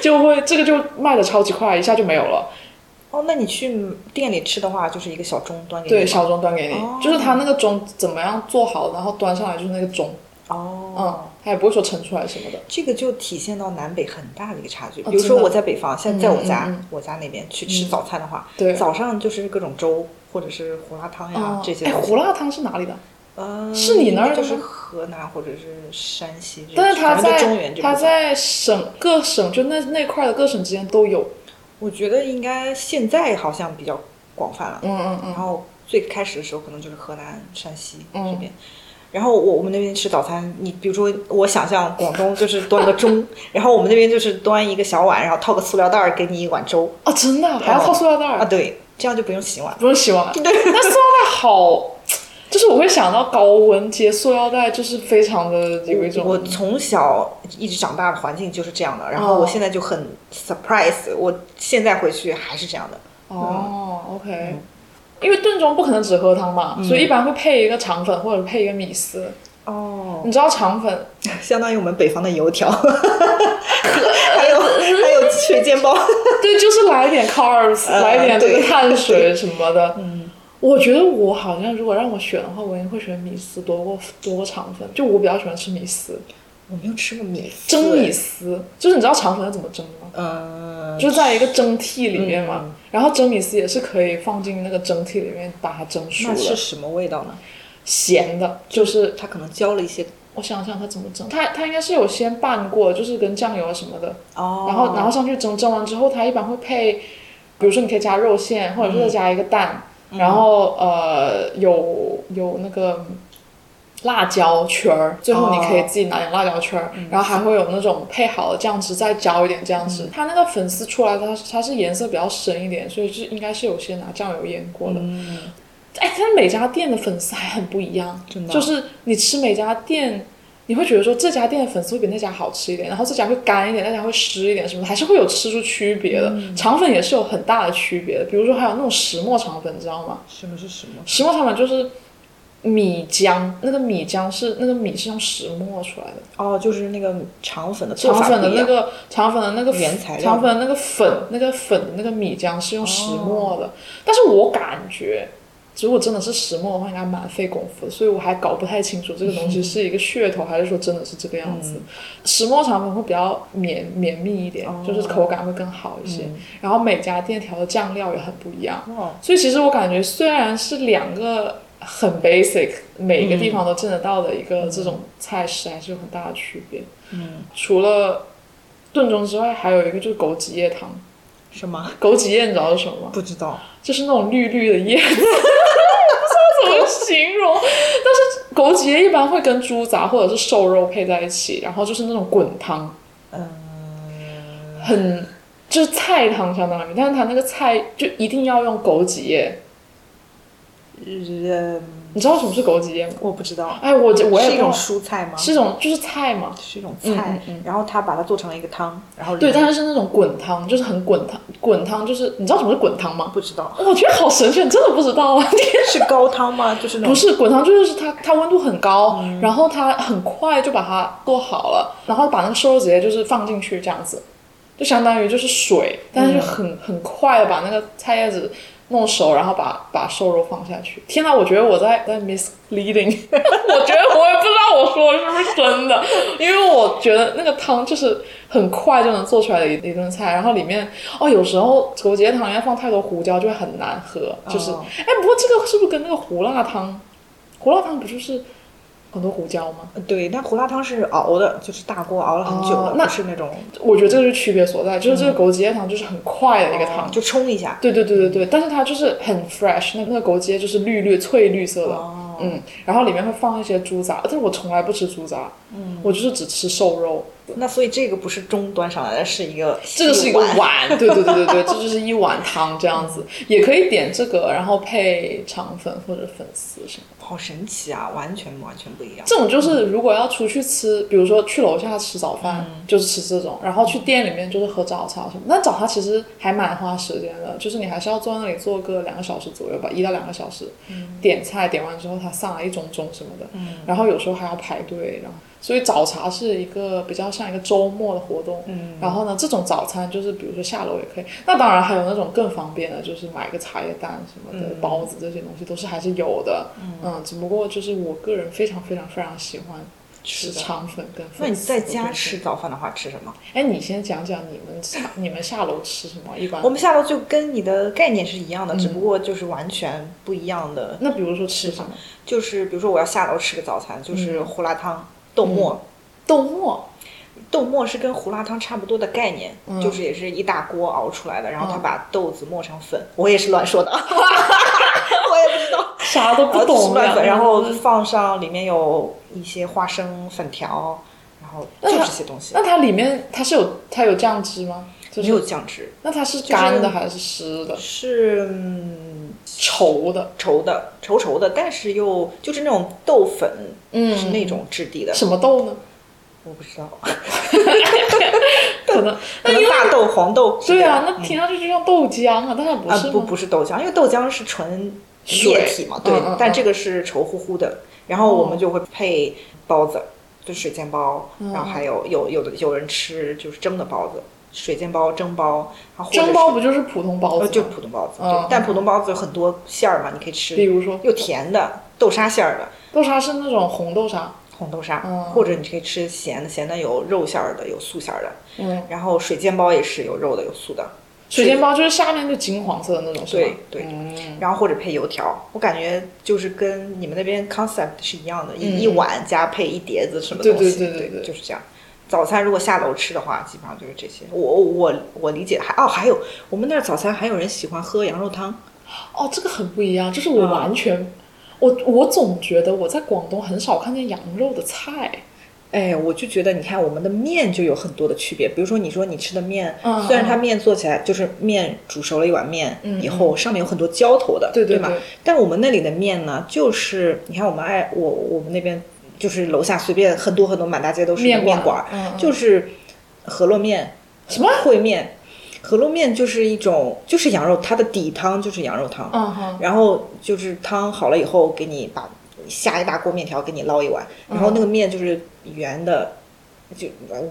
就会这个就卖的超级快，一下就没有了。
哦，那你去店里吃的话，就是一个小盅端给你。
对，小盅端给你，
嗯哦
就是它那个盅怎么样做好，然后端上来就是那个盅，嗯
哦，，
它也不会说盛出来什么的。
这个就体现到南北很大的一个差距。
哦
比如
真
说
的
我在北方，像在我家、
嗯
我家那边去吃早餐的话，
对
早上就是各种粥或者是胡辣汤呀、
啊
这，些
哎，
东西。
胡辣汤是哪里的？
呃，
是你那儿的
就是
吗
河南或者是山西这，
但是他
反正就
在
中原这
他
部分
在省各省就那那块的各省之间都有，
我觉得应该现在好像比较广泛了。
嗯嗯嗯
然后最开始的时候可能就是河南、山西这
嗯
边。然后我我们那边吃早餐，你比如说我想象广东就是端个盅， 然后我们那边就是端一个小碗，然后套个塑料袋儿给你一碗粥
啊，真的啊还要套塑料袋
啊，
儿，
对，这样就不用洗碗。
不用洗碗。那塑料袋好，就是我会想到高温接塑料袋，就是非常的有一
我
种
从小一直长大的环境就是这样的，然后
哦
我现在就很 surprise，我现在回去还是这样的。
哦，OK。因为
嗯
炖盅不可能只喝汤嘛，所以一般会配一个肠粉或者配一个米丝。
哦，
你知道肠粉
相当于我们北方的油条， 还有还有水煎包。
对，就是来一点 carbs，、
呃
来一点这个
对
碳水什么的。
嗯，
我觉得我好像如果让我选的话，我应该会选米丝多过多过肠粉。就我比较喜欢吃米丝，
我没有吃过米丝
蒸米，丝，就是你知道肠粉要怎么蒸吗？
嗯、
就在一个蒸屉里面嘛，
嗯
然后蒸米丝也是可以放进那个蒸屉里面把它蒸熟
那是
的，
什么味道呢？
咸的，就是
它可能浇了一些
我想想它怎么蒸，它它应该是有先拌过，就是跟酱油啊什么的，
哦
然后然后上去蒸，蒸完之后它一般会配，比如说你可以加肉馅，或者
嗯
是再加一个蛋，然后呃有有那个辣椒圈儿，最后你可以自己拿点辣椒圈儿，
嗯
然后还会有那种配好的酱汁，再浇一点酱汁。
嗯
它那个粉丝出来它是它是颜色比较深一点，所以就是应该是有些拿酱油腌过的。
嗯，
哎，但每家店的粉丝还很不一样，
真的啊
就是你吃每家店，你会觉得说这家店的粉丝会比那家好吃一点，然后这家会干一点，那家会湿一点，什么的还是会有吃出区别的。
嗯
肠粉也是有很大的区别的，比如说还有那种石磨肠粉，你知道吗？
什么是什么？
石磨肠粉就是米浆，那个米浆是那个米是用石磨出来的，
哦，就是那个肠粉的做
肠
法嗯
粉的
不一
那
样
个肠粉的那个
原材料
肠粉的那个粉那个粉的那个米浆是用石磨
哦
的，但是我感觉。如果真的是石磨的话，应该蛮费功夫的，所以我还搞不太清楚这个东 西是一个噱头，还是说真的是这个样
嗯
子。石磨肠粉会比较绵绵密一点，
哦嗯
就是口感会更好一些。然后每家店调的酱料也很不一样，
哦，
所以其实我感觉虽然是两个很 basic，每个
嗯
地方都见得到的一个这种菜式，还是有很大的区别。
嗯，
除了炖盅之外，还有一个就是枸杞叶汤。
什么？
枸杞叶你知道是什么吗？
不知道。
就是那种绿绿的叶子，不知 道怎么形容。但是枸杞叶一般会跟猪杂或者是瘦肉配在一起，然后就是那种滚汤，
嗯，
很就是菜汤相当于，但是它那个菜就一定要用枸杞叶。
呃，
你知道什么是枸杞叶吗？
我不知道，
哎，我我也
是
不
一
知道
种蔬菜吗？
是一种就是菜嘛，
是一种
嗯
菜，然后他把它做成了一个汤，然后
对，
人
但是是那种滚汤，就是很滚汤，滚汤就是你知道什么是滚汤吗？
不 知道
我觉得好神奇，真的不知道 啊！
是高汤吗？就是那
不
种
是滚汤，就是它它温度很高，然后它很快就把它做好了，然后把那个瘦肉直接就是放进去这样子，就相当于就是水，但是就很、很快的把那个菜叶子弄熟，然后把把瘦肉放下去。天哪，我觉得我在在 misleading，我觉得我也不知道我说的是不是真的，因为我觉得那个汤就是很快就能做出来的一一顿菜，然后里面哦有时候枸杞汤里面放太多胡椒就会很难喝，就是哎、
哦
不过这个是不是跟那个胡辣汤，胡辣汤不就是很多胡椒吗？
呃对，但胡辣汤是熬的，就是大锅熬了很久
哦
的，
那
不是那种
我觉得这个是区别所在，就是这个枸杞叶汤就是很快的一个汤。
哦就冲一下。
对对对对对，但是它就是很 fresh，那那个枸杞叶就是绿绿翠绿色的，
哦
嗯，然后里面会放一些猪杂，但是我从来不吃猪杂，嗯，我就是只吃瘦肉，
那所以这个不是终端上来的，是一个
这个是一个
碗
碗，对对对对对，这就是一碗汤这样子，也可以点这个，然后配肠粉或者粉丝什么的。
好神奇啊，完全完全不一样。
这种就是如果要出去吃，比如说去楼下吃早饭，就是吃这种，然后去店里面就是喝早茶什么。那早茶其实还蛮花时间的，就是你还是要坐在那里坐个两个小时左右吧，一到两个小时，点菜点完之后，它上来一盅盅什么的，然后有时候还要排队，然后所以早茶是一个比较像一个周末的活动。
嗯
然后呢，这种早餐就是比如说下楼也可以。那当然还有那种更方便的，就是买个茶叶蛋什么
嗯
的，包子这些东西都是还是有的。嗯，只不过就是我个人非常非常非常喜欢吃
是的
肠粉跟
那
粉
你
丝
在家
对
吃早饭的话吃什么？
哎，你先讲讲你们下你们下楼吃什么？一般
我们下楼就跟你的概念是一样的，
嗯
只不过就是完全不一样的。
那比如说吃什么？
就是比如说我要下楼吃个早餐，
嗯
就是胡辣汤、豆沫。
豆沫。
豆沫是跟胡辣汤差不多的概念，
嗯
就是也是一大锅熬出来的，然后他把豆子磨成粉，我也是乱说的， 我也不知道，
啥都不
然后
懂
吃
呀嗯
乱粉，然后放上里面有一些花生粉条，然后就这些东西，
那它里面它是有它有酱汁吗？就
没
是
有酱汁，
那它是
是
干的还是湿的？
是嗯
稠的，
稠的，稠稠的，但是又就是那种豆粉，
嗯
是那种质地的，
什么豆 呢？
我不知道，
可能
可能大豆、黄豆之
哎
类
对
的，
啊，那听上去就像豆浆啊，但它不
嗯啊
是
不
吗
不是豆浆，因为豆浆是纯液体嘛，
水嗯
对，
嗯嗯哦
但这个是稠乎乎的，然后我们就会配包子，就水煎包，
嗯
然后还有有有的有人吃就是蒸的包子，水煎包、蒸包，然后或者
蒸
是
包不就是普通包
呃
子
就
吗？
普通包子，
嗯嗯
对，但普通包子有很多馅儿嘛，你可
比
以吃，
如说
有甜的豆沙馅儿的。
豆沙是那种红豆沙，
红豆沙，
嗯
或者你可以吃咸的，咸的有肉馅儿的，有素馅儿的，
嗯，
然后水煎包也是有肉的，有素的，
水煎包就是下面就金黄色的那种，是吧
对？对
嗯
然后或者配油条，我感觉就是跟你们那边 concept 是一样的，一一碗加配一碟子什么
对
东西，
嗯对对对
对
对
就是这样。早餐如果下楼吃的话，基本上就是这些。我我我理解还哦，还有我们那儿早餐还有人喜欢喝羊肉汤，
哦，这个很不一样，就是
啊
我完全，我我总觉得我在广东很少看见羊肉的菜，
哎，我就觉得你看我们的面就有很多的区别。比如说你说你吃的面，
嗯
虽然它面做起来就是面煮熟了一碗面、
嗯
以后，上面有很多浇头的，
对对
对吧
对？
但我们那里的面呢，就是你看我们爱我我们那边就是楼下随便很多很多满大街都是
面馆
面馆儿，
嗯嗯
就是饸饹面、什么烩面。饸饹面就是一种，就是羊肉，它的底汤就是羊肉汤，
嗯哼，
然后就是汤好了以后，给你把下一大锅面条给你捞一碗，然后那个面就是圆的，就
嗯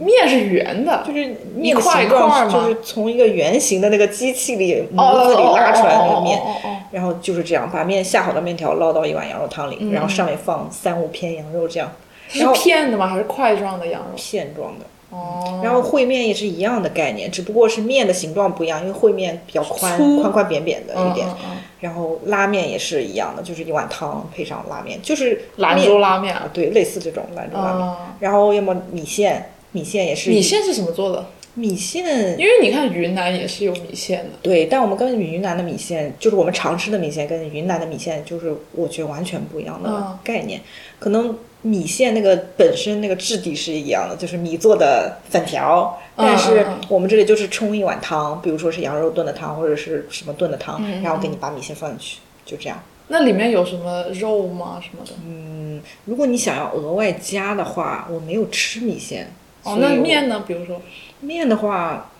面是圆的
就，是
一
面的
块一
形
块
状
儿
是
吗
就是从一个圆形的那个机器里模
哦
子里拉出来的那
哦
个面，
哦哦哦
然后就是这样把面下好的面条捞到一碗羊肉汤
嗯
里，然后上面放三五片羊肉这样，然
哦，
后
是片的吗？还是块状的羊肉？
片状的。
哦，
然后烩面也是一样的概念，只不过是面的形状不一样，因为烩面比较宽
粗
宽宽扁扁的一点，
嗯嗯嗯
然后拉面也是一样的，就是一碗汤配上拉面，就是
兰
面
州拉面
啊
啊，，
对，类似这种兰州拉面。
啊
然后要么米线，米线也是
米线是什么做的？
米线，
因为你看云南也是有米线的。
对，但我们跟云南的米线，就是我们常吃的米线，跟云南的米线，就是我觉得完全不一样
嗯
的概念。可能米线那个本身那个质地是一样的，就是米做的粉条，
嗯
但是
嗯嗯
我们这里就是冲一
嗯
碗汤，比如说是羊肉炖的汤或者是什么炖的汤，然后给你把米线放进去，就这样。
那里面有什么肉吗？什么的？
嗯，如果你想要额外加的话，我没有吃米线。
哦，
所以
那
我
面呢？比如说，
面的话，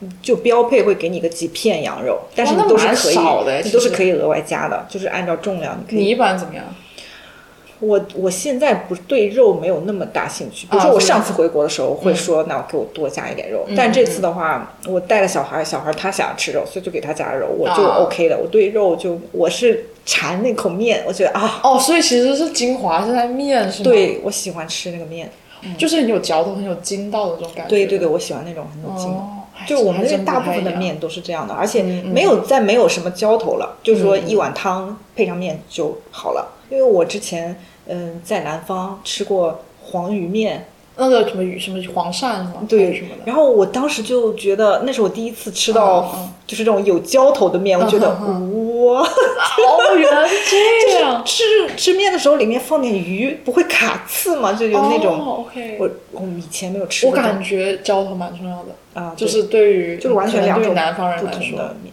嗯就标配会给你个几片羊肉，但是
哇
你
那
都是
蛮
可以，
少的
你
其
都是
实
可以额外加的，就是按照重量你可
你
以。
一般怎么样？
我我现在不对肉没有那么大兴趣，比如
啊
说我
是
上
吧
次回国的时候会说，那我给我多加一点肉。
嗯
但这次的话，我带了小孩，小孩他想吃肉，所以就给他加了肉，我就
啊
OK 了。我对肉就我是馋那口面，我觉得啊，
哦，所以其实是精华是在面，是吗？，嗯
对我喜欢吃那个面。
就是很有嚼头、很有筋道的这种感觉。
对对对，，我喜欢那种很有劲道。
哦，哎
就我们
还
这
真不
大部分
太
的
一样
面都是这样的，而且
嗯嗯
没有再没有什么浇头了，就是说
嗯嗯
一碗汤配上面就好了。因为我之前嗯在南方吃过黄鱼面，
那个什么鱼什么黄鳝什么
对
什么的，
然后我当时就觉得那是我第一次吃到
嗯嗯
就是这种有浇头的面，我觉得
嗯
哇，
哦，原来是这样，
吃吃面的时候里面放点鱼不会卡刺吗？就有那种。
哦 OK，
我我以前没有吃
我
过这种，
感觉浇头蛮重要的，
啊，
就
对
是对于
就是完全
可能
两
对于
种
南方人
不
来
同
说
的，面。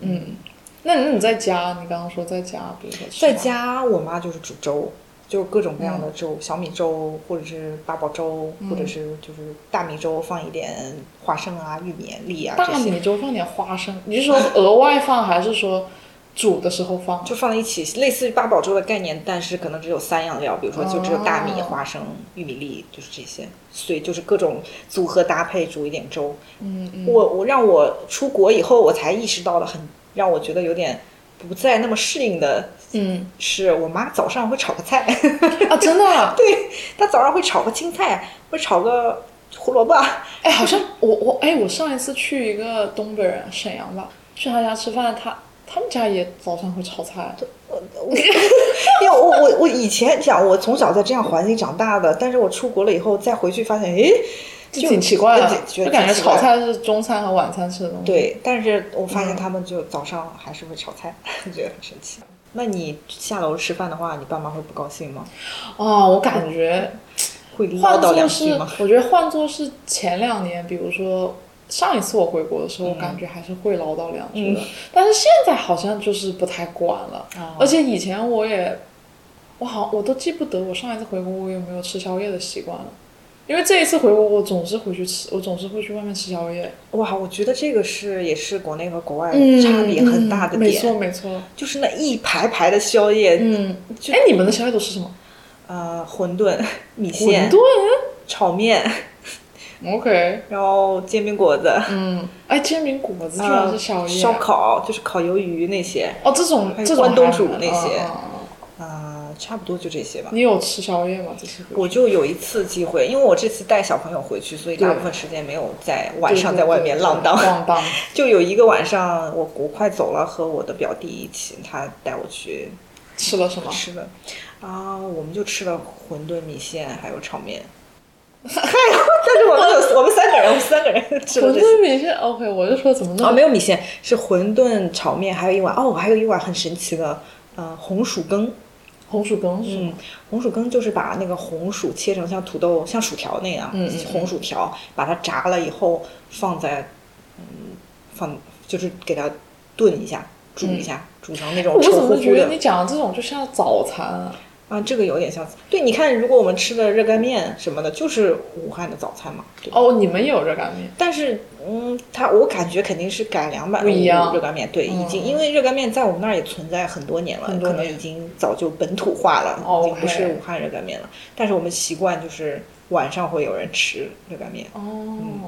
嗯，那那你在家，你刚刚说在家，比如说吃
在
吗，嗯
家，我妈就是煮粥，就是各种各样的粥，小米粥，或者是八宝粥，或者是就是大米粥，放一点花生啊、玉米、粒啊
大
这些，
米粥放点花生，你是说额外放还是说煮的时候放？
就放在一起，类似于八宝粥的概念，但是可能只有三样料，比如说就只有大米、
哦
花生、玉米粒，就是这些，所以就是各种组合搭配煮一点粥。
嗯嗯，
我我让我出国以后，我才意识到了很让我觉得有点不再那么适应的。
嗯
是我妈早上会炒个菜，
啊，真的啊，
对，他早上会炒个青菜，会炒个胡萝卜。
哎，好像我我哎，我上一次去一个东北人沈阳吧，去他家吃饭，他他们家也早上会炒菜，
因为我我我以前讲，我从小在这样环境长大的，但是我出国了以后再回去发现，诶，
就挺奇怪的
就，觉
就
得
感觉
挺奇怪
炒菜是中餐和晚餐吃的东西。，
对，但是我发现
嗯
他们就早上还是会炒菜， 我觉得很神奇。那你下楼吃饭的话，你爸妈会不高兴吗？
哦，我感觉
会唠
换
叨两
作
句
是
吗？，
我觉得换作是前两年，比如说上一次我回国的时候，我感觉还是会唠叨两句的， 但是现在好像就是不太管了，
哦
而且以前我也，我好我都记不得我上一次回国我有没有吃宵夜的习惯了。因为这一次回国，我总是回去吃，我总是会去外面吃宵夜，
哇，我觉得这个是也是国内和国外
嗯，
差别很大的
没
点，
错没错，
就是那一排排的宵夜，
嗯，
就
哎，你们的宵夜都吃什么？
呃，馄饨、米
馄
线、
饨
炒面，
，OK，
然后煎饼果子，
嗯，哎，煎饼果子居然
呃，
是宵夜啊，
烧烤就是烤鱿鱼那些，
哦，这种
还有
这种
关东
还
煮
蛮
那
嗯
些
嗯嗯嗯
啊、差不多就这些吧。
你有吃宵夜吗？这次
我就有一次机会，因为我这次带小朋友回去，所以大
对
部分时间没有在晚上在外面浪荡。
浪荡，
就有一个晚上，我我快走了，和我的表弟一起，他带我去
吃了什么？
吃的，啊，我们就吃了馄饨、米线还有炒面。但是我们有我们三个人，我们三个人 吃了
馄
这些。
饨米线，OK，我就说怎么
哦，
弄
没有米线，是馄饨、炒面，还有一碗哦，我还有一碗很神奇的，呃，红薯羹。
红薯羹是吗？
嗯，红薯羹就是把那个红薯切成像土豆、像薯条那样，
嗯嗯嗯
红薯条，把它炸了以后放在，嗯，放就是给它炖一下，煮一下，煮成那种
嗯我
稠
怎
嗯乎
么
乎
觉得
的
你讲的这种就像早餐啊？
啊，这个有点像。对，你看，如果我们吃的热干面什么的，就是武汉的早餐嘛，对吧。
哦，你们也有热干面？
但是，嗯，它我感觉肯定是改良版
不一样
热干面，对，已经
嗯
因为热干面在我们那儿也存在很多年了，
很多
可能
年哦
已经早就本土化了，已经不是
OK
武汉热干面了。但是我们习惯就是晚上会有人吃热干面，嗯
哦，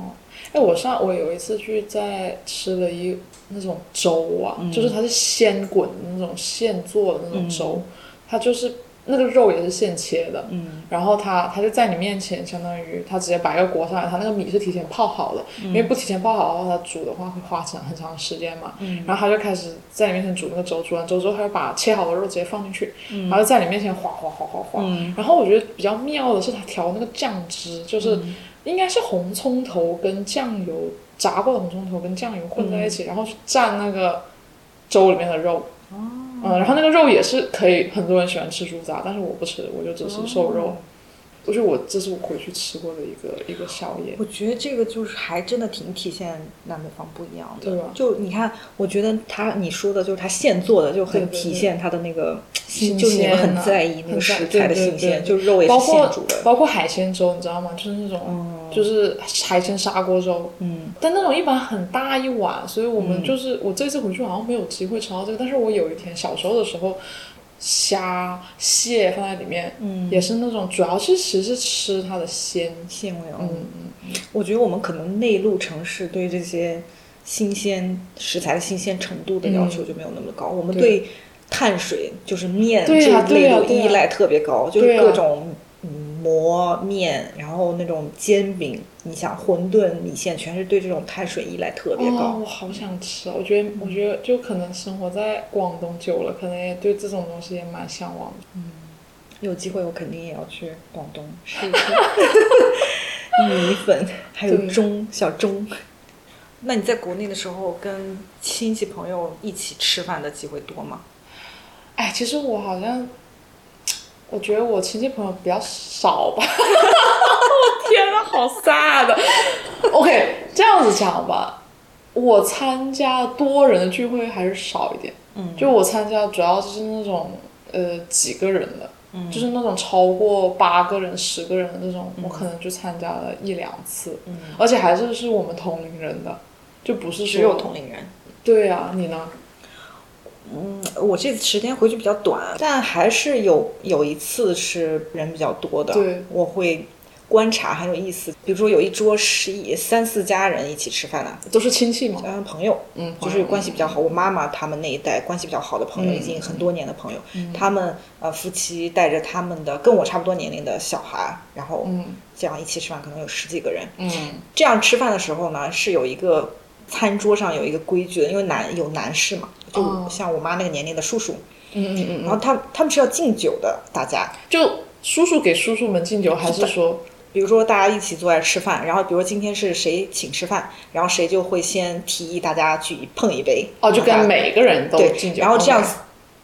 哎，我上我有一次去在吃了一那种粥啊，
嗯
就是它是现滚的那种现做的那种粥，它就是那个肉也是现切的，
嗯，
然后他他就在你面前，相当于他直接摆个锅上来，他那个米是提前泡好的，
嗯
因为不提前泡好的话，它煮的话会花长很长时间嘛。
嗯
然后他就开始在你面前煮那个粥，煮完粥之后，他就把切好的肉直接放进去，
嗯
然后在你面前哗哗哗哗哗。
嗯
然后我觉得比较妙的是他调那个酱汁，就是应该是红葱头跟酱油炸过的红葱头跟酱油混在一起，然后去蘸那个粥里面的肉。嗯，然后那个肉也是可以，很多人喜欢吃猪杂，但是我不吃，我就只吃瘦肉。我觉得我这是我回去吃过的一个一个宵夜。
我觉得这个就是还真的挺体现南北方不一样的，
对啊吧
就你看，我觉得他你说的就是他现做的，就很
对对
体现他的那个，
嗯新
就你
鲜
们很
啊
在意那
很在
个食材
对对
的新鲜，
对
就是肉也
包
是现
括嗯
煮的。
包括海鲜粥，你知道吗？就是那种、就是海鲜砂锅粥，
嗯，
但那种一般很大一碗，所以我们
嗯
就是、我这次回去好像没有机会吃到这个，但是我有一天小时候的时候，虾蟹放在里面，
嗯
也是那种主要是其实是吃它的鲜，
鲜味哦。
嗯，
我觉得我们可能内陆城市对这些新鲜食材的新鲜程度的要求就没有那么高，我们
嗯对
对碳水就是面
对
这
呀
一类
对呀啊
的
对呀
依赖特别高，就
对啊
是
呀
各种嗯馍面，然后那种煎饼，你想馄饨、米线，全是对这种碳水依赖特别
哦
高。，
我好想吃啊！我觉得，我觉得就可能生活在广东久了，可能也对这种东西也蛮向往的。
有机会我肯定也要去广东试 一试米粉，还有
对
钟小钟。那你在国内的时候跟亲戚朋友一起吃饭的机会多吗？
哎，其实我好像，我觉得我亲戚朋友比较少吧。我天呐，好啊飒的。OK，这样子讲吧，我参加多人的聚会还是少一点。
嗯
就我参加主要就是那种呃几个人的，
嗯
就是那种超过八个人、十个人的那种，我可能就参加了一两次。
嗯，
而且还是是我们同龄人的，就不是
只有
说
同龄人。
对啊，你呢？
嗯我这次时间回去比较短，但还是有有一次是人比较多的，
对
我会观察很有意思。比如说有一桌十一三四家人一起吃饭啊，
都是亲戚嘛，
加上朋友，
嗯，
就是关系比较好，我妈妈他们那一代关系比较好的朋友，
嗯
已经很多年的朋友，他们呃夫妻带着他们的跟我差不多年龄的小孩，然后
嗯
这样一起吃饭，可能有十几个人，
嗯
这样吃饭的时候呢，是有一个餐桌上有一个规矩的，因为男有男士嘛，就
哦
像我妈那个年龄的叔叔，
嗯嗯嗯，
然后他他们是要敬酒的，大家，
就叔叔给叔叔们敬酒，还是说
比如说大家一起坐在吃饭，然后比如说今天是谁请吃饭，然后谁就会先提议大家举碰一杯，
哦，就
然
跟
后大家
每个人都敬
对，
酒，
然后这样
OK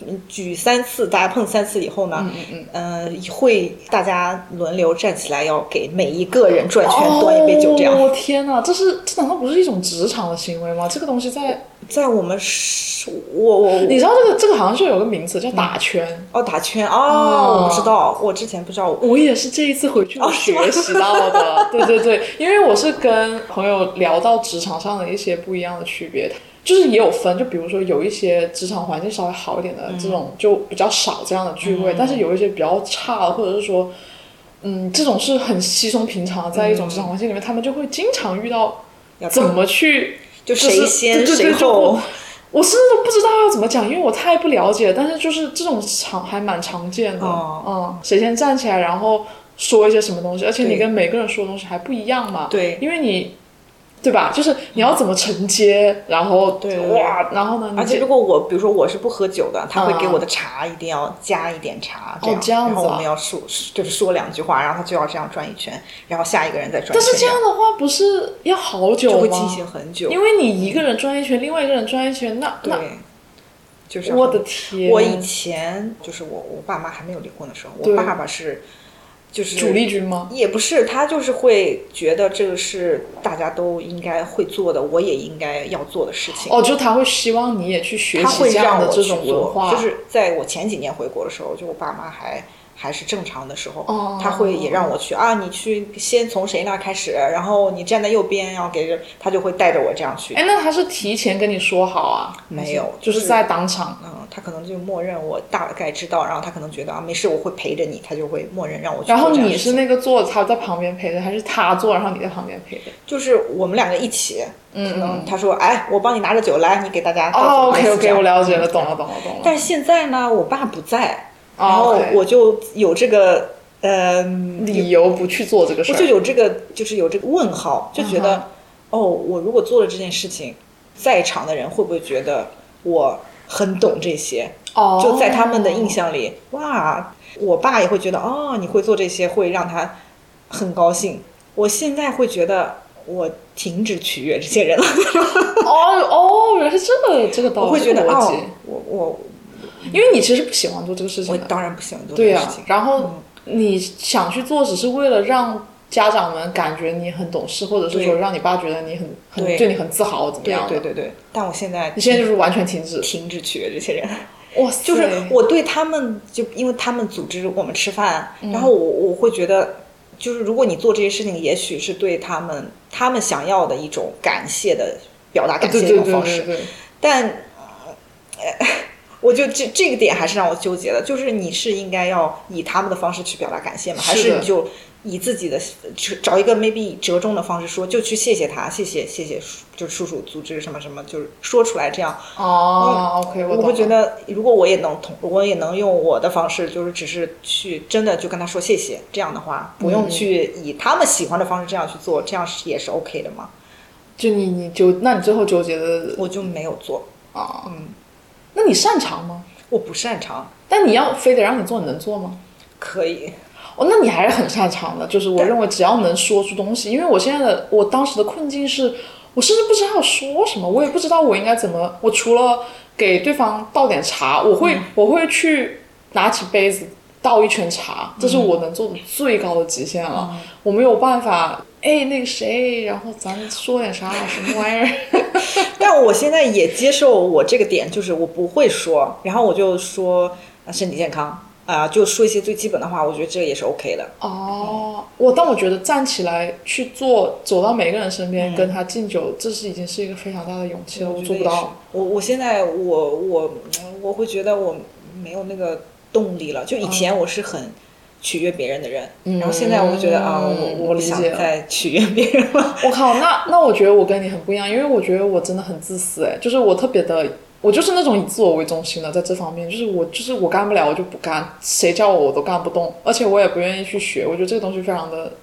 嗯举三次，大家碰三次以后呢，
嗯嗯
嗯、呃，会大家轮流站起来要给每一个人转圈端一杯酒，这样。
哦我天哪，这是这难道不是一种职场的行为吗？这个东西在，
在我们是，我我
你知道这个这个好像就有个名词叫打圈，
哦，打圈
哦
哦，我不知道，我之前不知道，我
我也是这一次回去我
哦是
学
吗
习到 的，对对对，因为我是跟朋友聊到职场上的一些不一样的区别，就是也有分，就比如说有一些职场环境稍微好一点
嗯
的、这种就比较少这样的聚会，但是有一些比较差的，或者是说，嗯，这种是很稀松平常的，在
嗯
一种职场环境里面，他们就会经常遇到
要
怎么去
就是谁先
对对
谁
对就
后
我，我甚至都不知道要怎么讲，因为我太不了解。但是就是这种常还蛮常见的，
哦
嗯，谁先站起来，然后说一些什么东西，而且你
对
跟每个人说的东西还不一样嘛，
对
因为你，对吧？就是你要怎么承接，然后
对对对
哇，然后呢，你
而且
这
如果我比如说我是不喝酒的，他会
啊
给我的茶一定要加一点茶，这样，
这样子啊
然后我们要说就是说两句话，然后他就要这样转一圈，然后下一个人再转一圈，
但是这样的话不是要好
就
久
会进
吗？
行很久，
因为你一个人转一圈，另外一个人转一圈，那
对
那，
就是
我的天，
我以前就是我我爸妈还没有离婚的时候，
对
我爸爸是就是
主力军吗？
也不是，他就是会觉得这个是大家都应该会做的，我也应该要做的事情。
哦，就他会希望你也去学
他
习
会
这样
让
的
我
这
去
种文
做，
化，
就是在我前几年回国的时候，就我爸妈还还是正常的时候，
哦
他会也让我去啊，你去先从谁那儿开始，然后你站在右边，然后给着他就会带着我这样去。
哎，那他是提前跟你说好啊？
没有
就是
是
在当场。
嗯，他可能就默认我大概知道，然后他可能觉得啊没事，我会陪着你，他就会默认让我去做
然
这
后
样的事情。
你是那个坐，他在旁边陪着，还是他坐，然后你在旁边陪着？
就是我们两个一起，
嗯
可能他说哎，我帮你拿着酒来，你给大家倒酒
哦
类似
，OK
这
OK，
样
我了解了，懂了懂了懂了。
但是现在呢，我爸不在，
哦
然后
OK
我就有这个，嗯、
理由不去做这个事
我就
儿，
有这个，就是有这个问号，就觉得
嗯哼，
哦，我如果做了这件事情，在场的人会不会觉得我很懂这些？
哦
就在他们的印。象里，哇，我爸也会觉得，哦，你会做这些，会让他很高兴。我现在会觉得，我停止取悦这些人了。
哦哦，原来是这个这个道理，
我会觉得
这个逻
哦
辑，
我我
因为你其实不喜欢做这个事
我
情的，
当然不喜欢做这嗯
对啊
个
呀
事情。。
然后你想去做，只是为了让家长们感觉你很懂事，或者是说
对
让你爸觉得你很很
对
对啊你很自豪，怎么
对
样的？
对对对，但我现在
你现在就是完全停止，
停止学这些人。
哇塞，
就是我对他们，就因为他们组织我们吃饭，然后我我会觉得，就是如果你做这些事情，也许是对他们他们想要的一种感谢的表达感谢
啊对
的
对
一种
对
方
对
式。
对，
但，呃，我就这这个点还是让我纠结的，就是你是应该要以他们的方式去表达感谢吗？还
是
是
的
你就以自己的去找一个 maybe 折中的方式说，就去谢谢他，谢谢谢谢叔，就是叔叔组织什么什么，就是说出来这样。
哦，OK，
我
懂
会觉
了
得，如果我也能同，我也能用我的方式，就是只是去真的就跟他说谢谢，这样的话，不
嗯
用去以他们喜欢的方式这样去做，这样是也是 OK 的嘛？
就你你纠，那你最后纠结的
我就没有做，
啊，嗯，那你擅长吗？
我不擅长，
但你要非得让你做，你能做吗？
可以，
哦，那你还是很擅长的。就是我认为只要能说出东西，因为我现在的我当时的困境是，我甚至不知道说什么，我也不知道我应该怎么。我除了给对方倒点茶，我
嗯
会、我会去拿起杯子倒一圈茶，这是
嗯
我能做的最高的极限了。我没有办法。哎，那个谁，然后咱说点啥什么玩意儿？
但我现在也接受我这个点，就是我不会说，然后我就说啊身体健康啊、就说一些最基本的话，我觉得这个也是 OK 的。嗯
哦，我但我觉得站起来去做，走到每个人身边、跟他敬酒，这是已经是一个非常大的勇气了，我
觉
做
得
不
也是
到。。
嗯我我现在我我我会觉得我没有那个动力了。就以前我是很取悦别人的人，然后现在我就觉得啊，
嗯
我
我
不
理
想
解了
再取悦别人了。
我靠，那那我觉得我跟你很不一样，因为我觉得我真的很自私哎，就是我特别的，我就是那种以自我为中心的，在这方面，就是我就是我干不了，我就不干，谁叫我我都干不动，而且我也不愿意去学，我觉得这个东西非常的，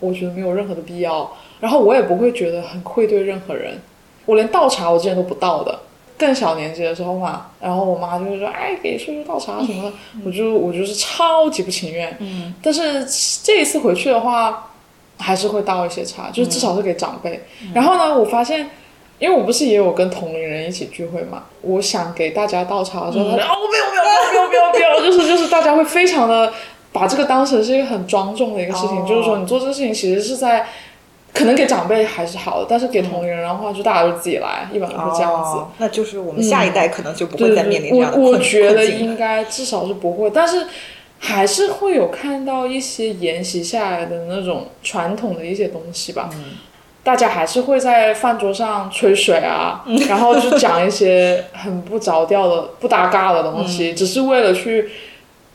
我觉得没有任何的必要，然后我也不会觉得很愧对任何人，我连倒茶我之前都不倒的。更小年级的时候嘛，然后我妈就会说：“哎，给叔叔倒茶什么的。我就我就是超级不情愿。
嗯，
但是这一次回去的话，还是会倒一些茶，
嗯
就是至少是给长辈。然后呢，我发现，因为我不是也有跟同龄人一起聚会嘛，我想给大家倒茶的
嗯
时候，他说：“哦，没有没有没有没有没 有没有，就是就是大家会非常的把这个当成是一个很庄重的一个事情，
哦
就是说你做这个事情其实是在。”可能给长辈还是好的，但是
嗯
给同龄人的话，就大家就自己来，一般都是这样子。
哦，那就是我们下一代可能就不会
对
再
对
面临这样的困
嗯我我觉得
困境
应该至少是不会，但是还是会有看到一些沿袭下来的那种传统的一些东西吧。
嗯
大家还是会在饭桌上吹水啊，
嗯
然后就讲一些很不着调的、不搭嘎的东西，
嗯
只是为了去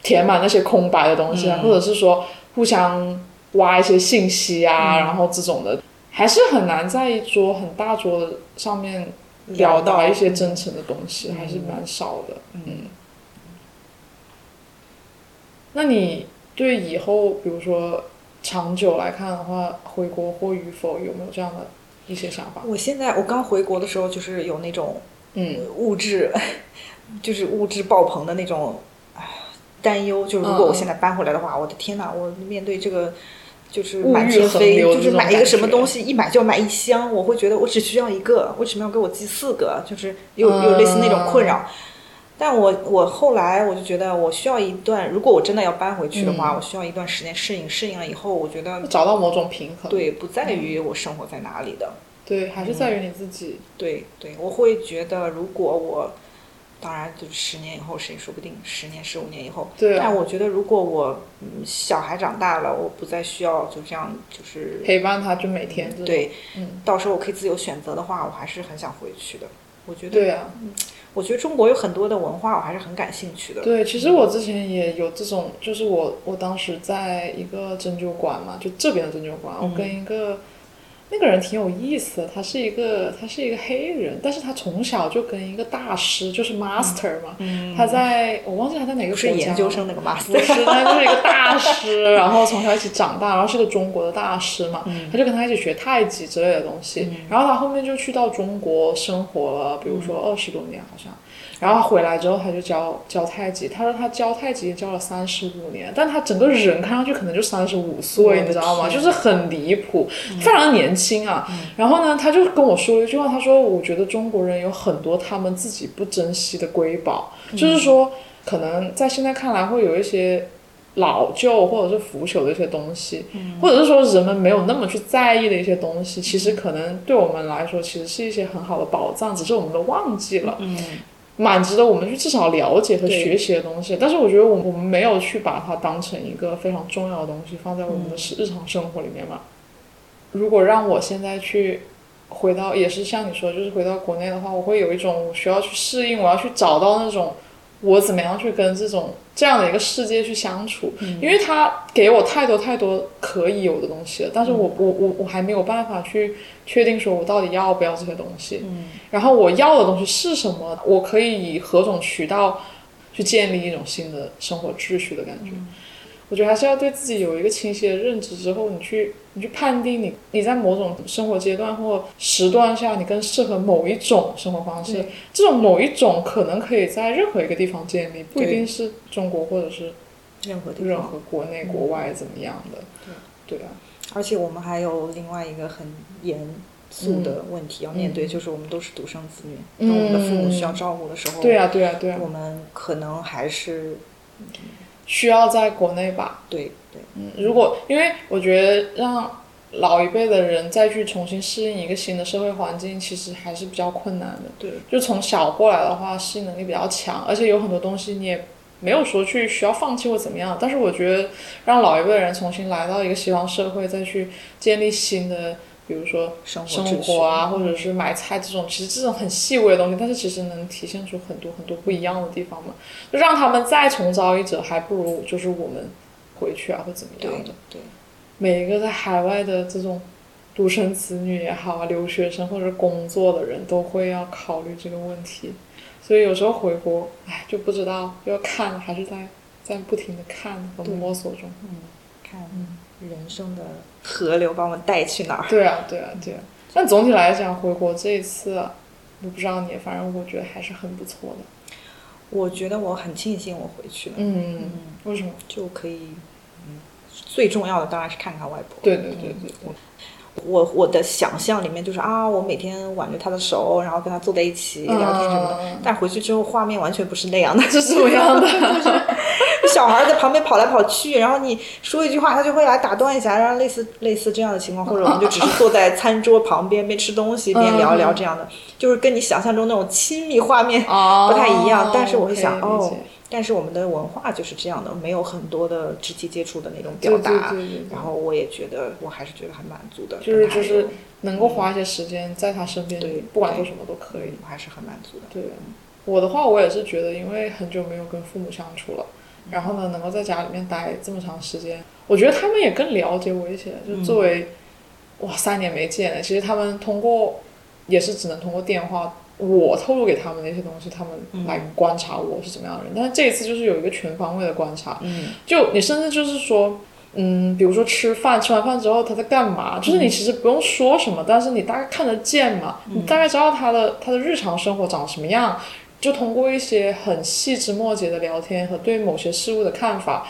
填满那些空白的东西
嗯
啊，或者是说互相挖一些信息
嗯
啊，然后这种的，还是很难在一桌很大桌的上面表达一些真诚的东西，还是蛮少的。嗯，那你对以后，比如说长久来看的话，回国或与否，有没有这样的一些想法？
我现在我刚回国的时候，就是有那种
嗯，
物质， 就是物质爆棚的那种唉担忧。就是如
嗯
果我现在搬回来的话，我的天呐，我面对这个就是
物欲
满天
横
飞，
流的
就是
这种
买一个
感
什么
觉
东西，一买就要买一箱，我会觉得我只需要一个，为什么要给我寄四个？就是有有类似那种困
嗯
扰。但我我后来我就觉得，我需要一段，如果我真的要搬回去的
嗯
话，我需要一段时间适应。适应了以后，我觉得
找到某种平衡，
对，不在于我生活在哪里的，
对，还是在于你自己。
对对，我会觉得，如果我，当然就是十年以后，谁说不定十年、十五年以后。
对啊
但我觉得，如果我嗯小孩长大了，我不再需要就这样，就是
陪伴他，就每天这种
对，
嗯
到时候我可以自由选择的话，我还是很想回去的。我觉得，
对啊，
我觉得中国有很多的文化，我还是很感兴趣的。嗯
对，其实我之前也有这种，就是我我当时在一个针灸馆嘛，就这边的针灸馆，我
嗯
跟一个、那个人挺有意思的，他是一个他是一个黑人，但是他从小就跟一个大师，就是 master 嘛，他在我忘记他在哪个
嗯不
国
是
家
研
了
究生那个吗？
不是，他就是一个大 师，然后从小一起长大，然后是个中国的大师嘛，
嗯
他就跟他一起学太极之类的东西，然后他后面就去到中国生活了，比如
嗯
说二十多年好像，然后回来之后他就教教太极，他说他教太极教了三十五年，但他整个人看上去可能就三十五
我的
岁，你知道吗？
天嗯
就是很离谱，非常年轻啊。然后呢，他就跟我说了一句话，他说我觉得中国人有很多他们自
嗯
己不珍惜的瑰宝，就是说。可能在现在看来会有一些老旧或者是腐朽的一些东西，或者是说人们没有那么去在意的一些东西，其实可能对我们来说，其实是一些很好的宝藏，只是我们都忘记了。
嗯，
蛮值得我们去至少了解和
对
学习的东西。但是我觉得我们我们没有去把它当成一个非常重要的东西放在我们的日常生活里面嘛。如果让我现在去回到，也是像你说，就是回到国内的话，我会有一种我需要去适应，我要去找到那种我怎么样去跟这种这样的一个世界去相处，因为它给我太多太多可以有的东西了，但是我、我我我还没有办法去确定说我到底要不要这些东西，然后我要的东西是什么，我可以以何种渠道去建立一种新的生活秩序的感觉。我觉得还是要对自己有一个清晰的认知之后，你去你去判定你你在某种生活阶段或时段下，你更适合某一种生活方式。这种某一种可能可以在任何一个地方建立，不一
对
定是中国或者是
任何地
任
方。
何国内国外怎么样的。对啊，
而且我们还有另外一个很严肃的问题要面对，就是我们都是独生子女，
嗯
当我们的父母需要照顾的时候，
对啊，对啊，对啊
我，们可能还是
需要在国内吧。
对对，
嗯如果因为我觉得让老一辈的人再去重新适应一个新的社会环境，其实还是比较困难的。
对，
就从小过来的话，适应能力比较强，而且有很多东西你也没有说去需要放弃或怎么样。但是我觉得让老一辈的人重新来到一个西方社会，再去建立新的，比如说
生活嗯
生
秩序
活啊，或者是买菜这种，其实这种很细微的东西，但是其实能体现出很多很多不一样的地方嘛。就让他们再重招一折，还不如就是我们回去啊，或怎么
对
样的。
对，
每一个在海外的这种独生子女也好啊，留学生或者工作的人都会要考虑这个问题，所以有时候回国，哎，就不知道要看还是在在不停的看和
对
摸索中。
看
嗯
人生的河流把我们带去哪儿。
对啊，对啊，对啊。但总体来讲，回国这一次啊，我不知道你，反正我觉得还是很不错的。
我觉得我很庆幸我回去了，
嗯，为什么？
就可以，嗯，最重要的当然是看看外婆。
对对对对对，
我我的想象里面就是啊，我每天挽着她的手，然后跟她坐在一起聊天什么的。
嗯
但回去之后，画面完全不是那样的。
这是什么 样的？
小孩在旁边跑来跑去，然后你说一句话，他就会来打断一下，然后类似类似这样的 情况，或者我们就只是坐在餐桌旁边，边吃东西边聊一聊这
嗯
样的，就是跟你想象中那种亲密画面
哦
不太一样。但是我会想，
可以理
哦
解，
但是我们的文化就是这样的，没有很多的肢体接触的那种
对
表达。
对对对对
然后我也觉得，我还是觉得很满足的，
就是
跟他
就
有
是能够花一些时间在他身边
对，
不管做什么都可以。
我还是很满足的。
对，我的话我也是觉得，因为很久没有跟父母相处了，然后呢，能够在家里面待这么长时间，我觉得他们也更了解我一些。就作为、哇三年没见了，其实他们通过也是只能通过电话，我透露给他们的一些东西，他们来观察我是怎么样的人。但是这一次就是有一个全方位的观察，
嗯，
就你甚至就是说，嗯，比如说吃饭，吃完饭之后他在干嘛？就是你其实不用说什么，但是你大概看得见嘛，你大概知道他的他的日常生活长什么样，就通过一些很细枝末节的聊天和对某些事物的看法，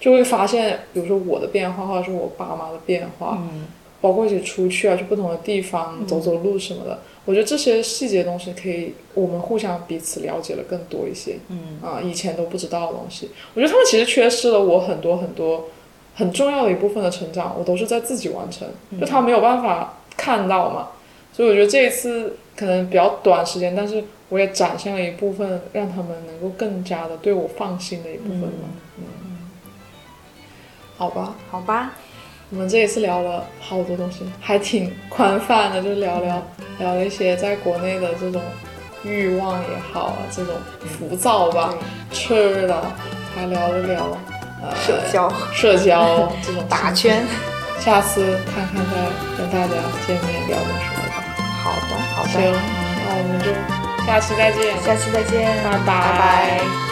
就会发现，比如说我的变化，或者是我爸妈的变化，
嗯
包括一起出去啊，去不同的地方走走路什么的。我觉得这些细节的东西可以，我们互相彼此了解了更多一些。嗯啊，以前都不知道的东西，我觉得他们其实缺失了我很多很多很重要的一部分的成长，我都是在自己完成，就他没有办法看到嘛。所以我觉得这一次可能比较短时间，但是我也展现了一部分，让他们能够更加的对我放心的一部分嘛。嗯，好吧，
好吧，
我们这一次聊了好多东西，还挺宽泛的，就聊聊聊了一些在国内的这种欲望也好啊，这种浮躁吧，吃的，还聊了聊呃
社交、
社交这种
打
事
圈。
情。下次看看再跟大家见面聊点什么吧。
好的，好
行，
的，
那我们就下期再见，
下期再见，
拜拜
拜拜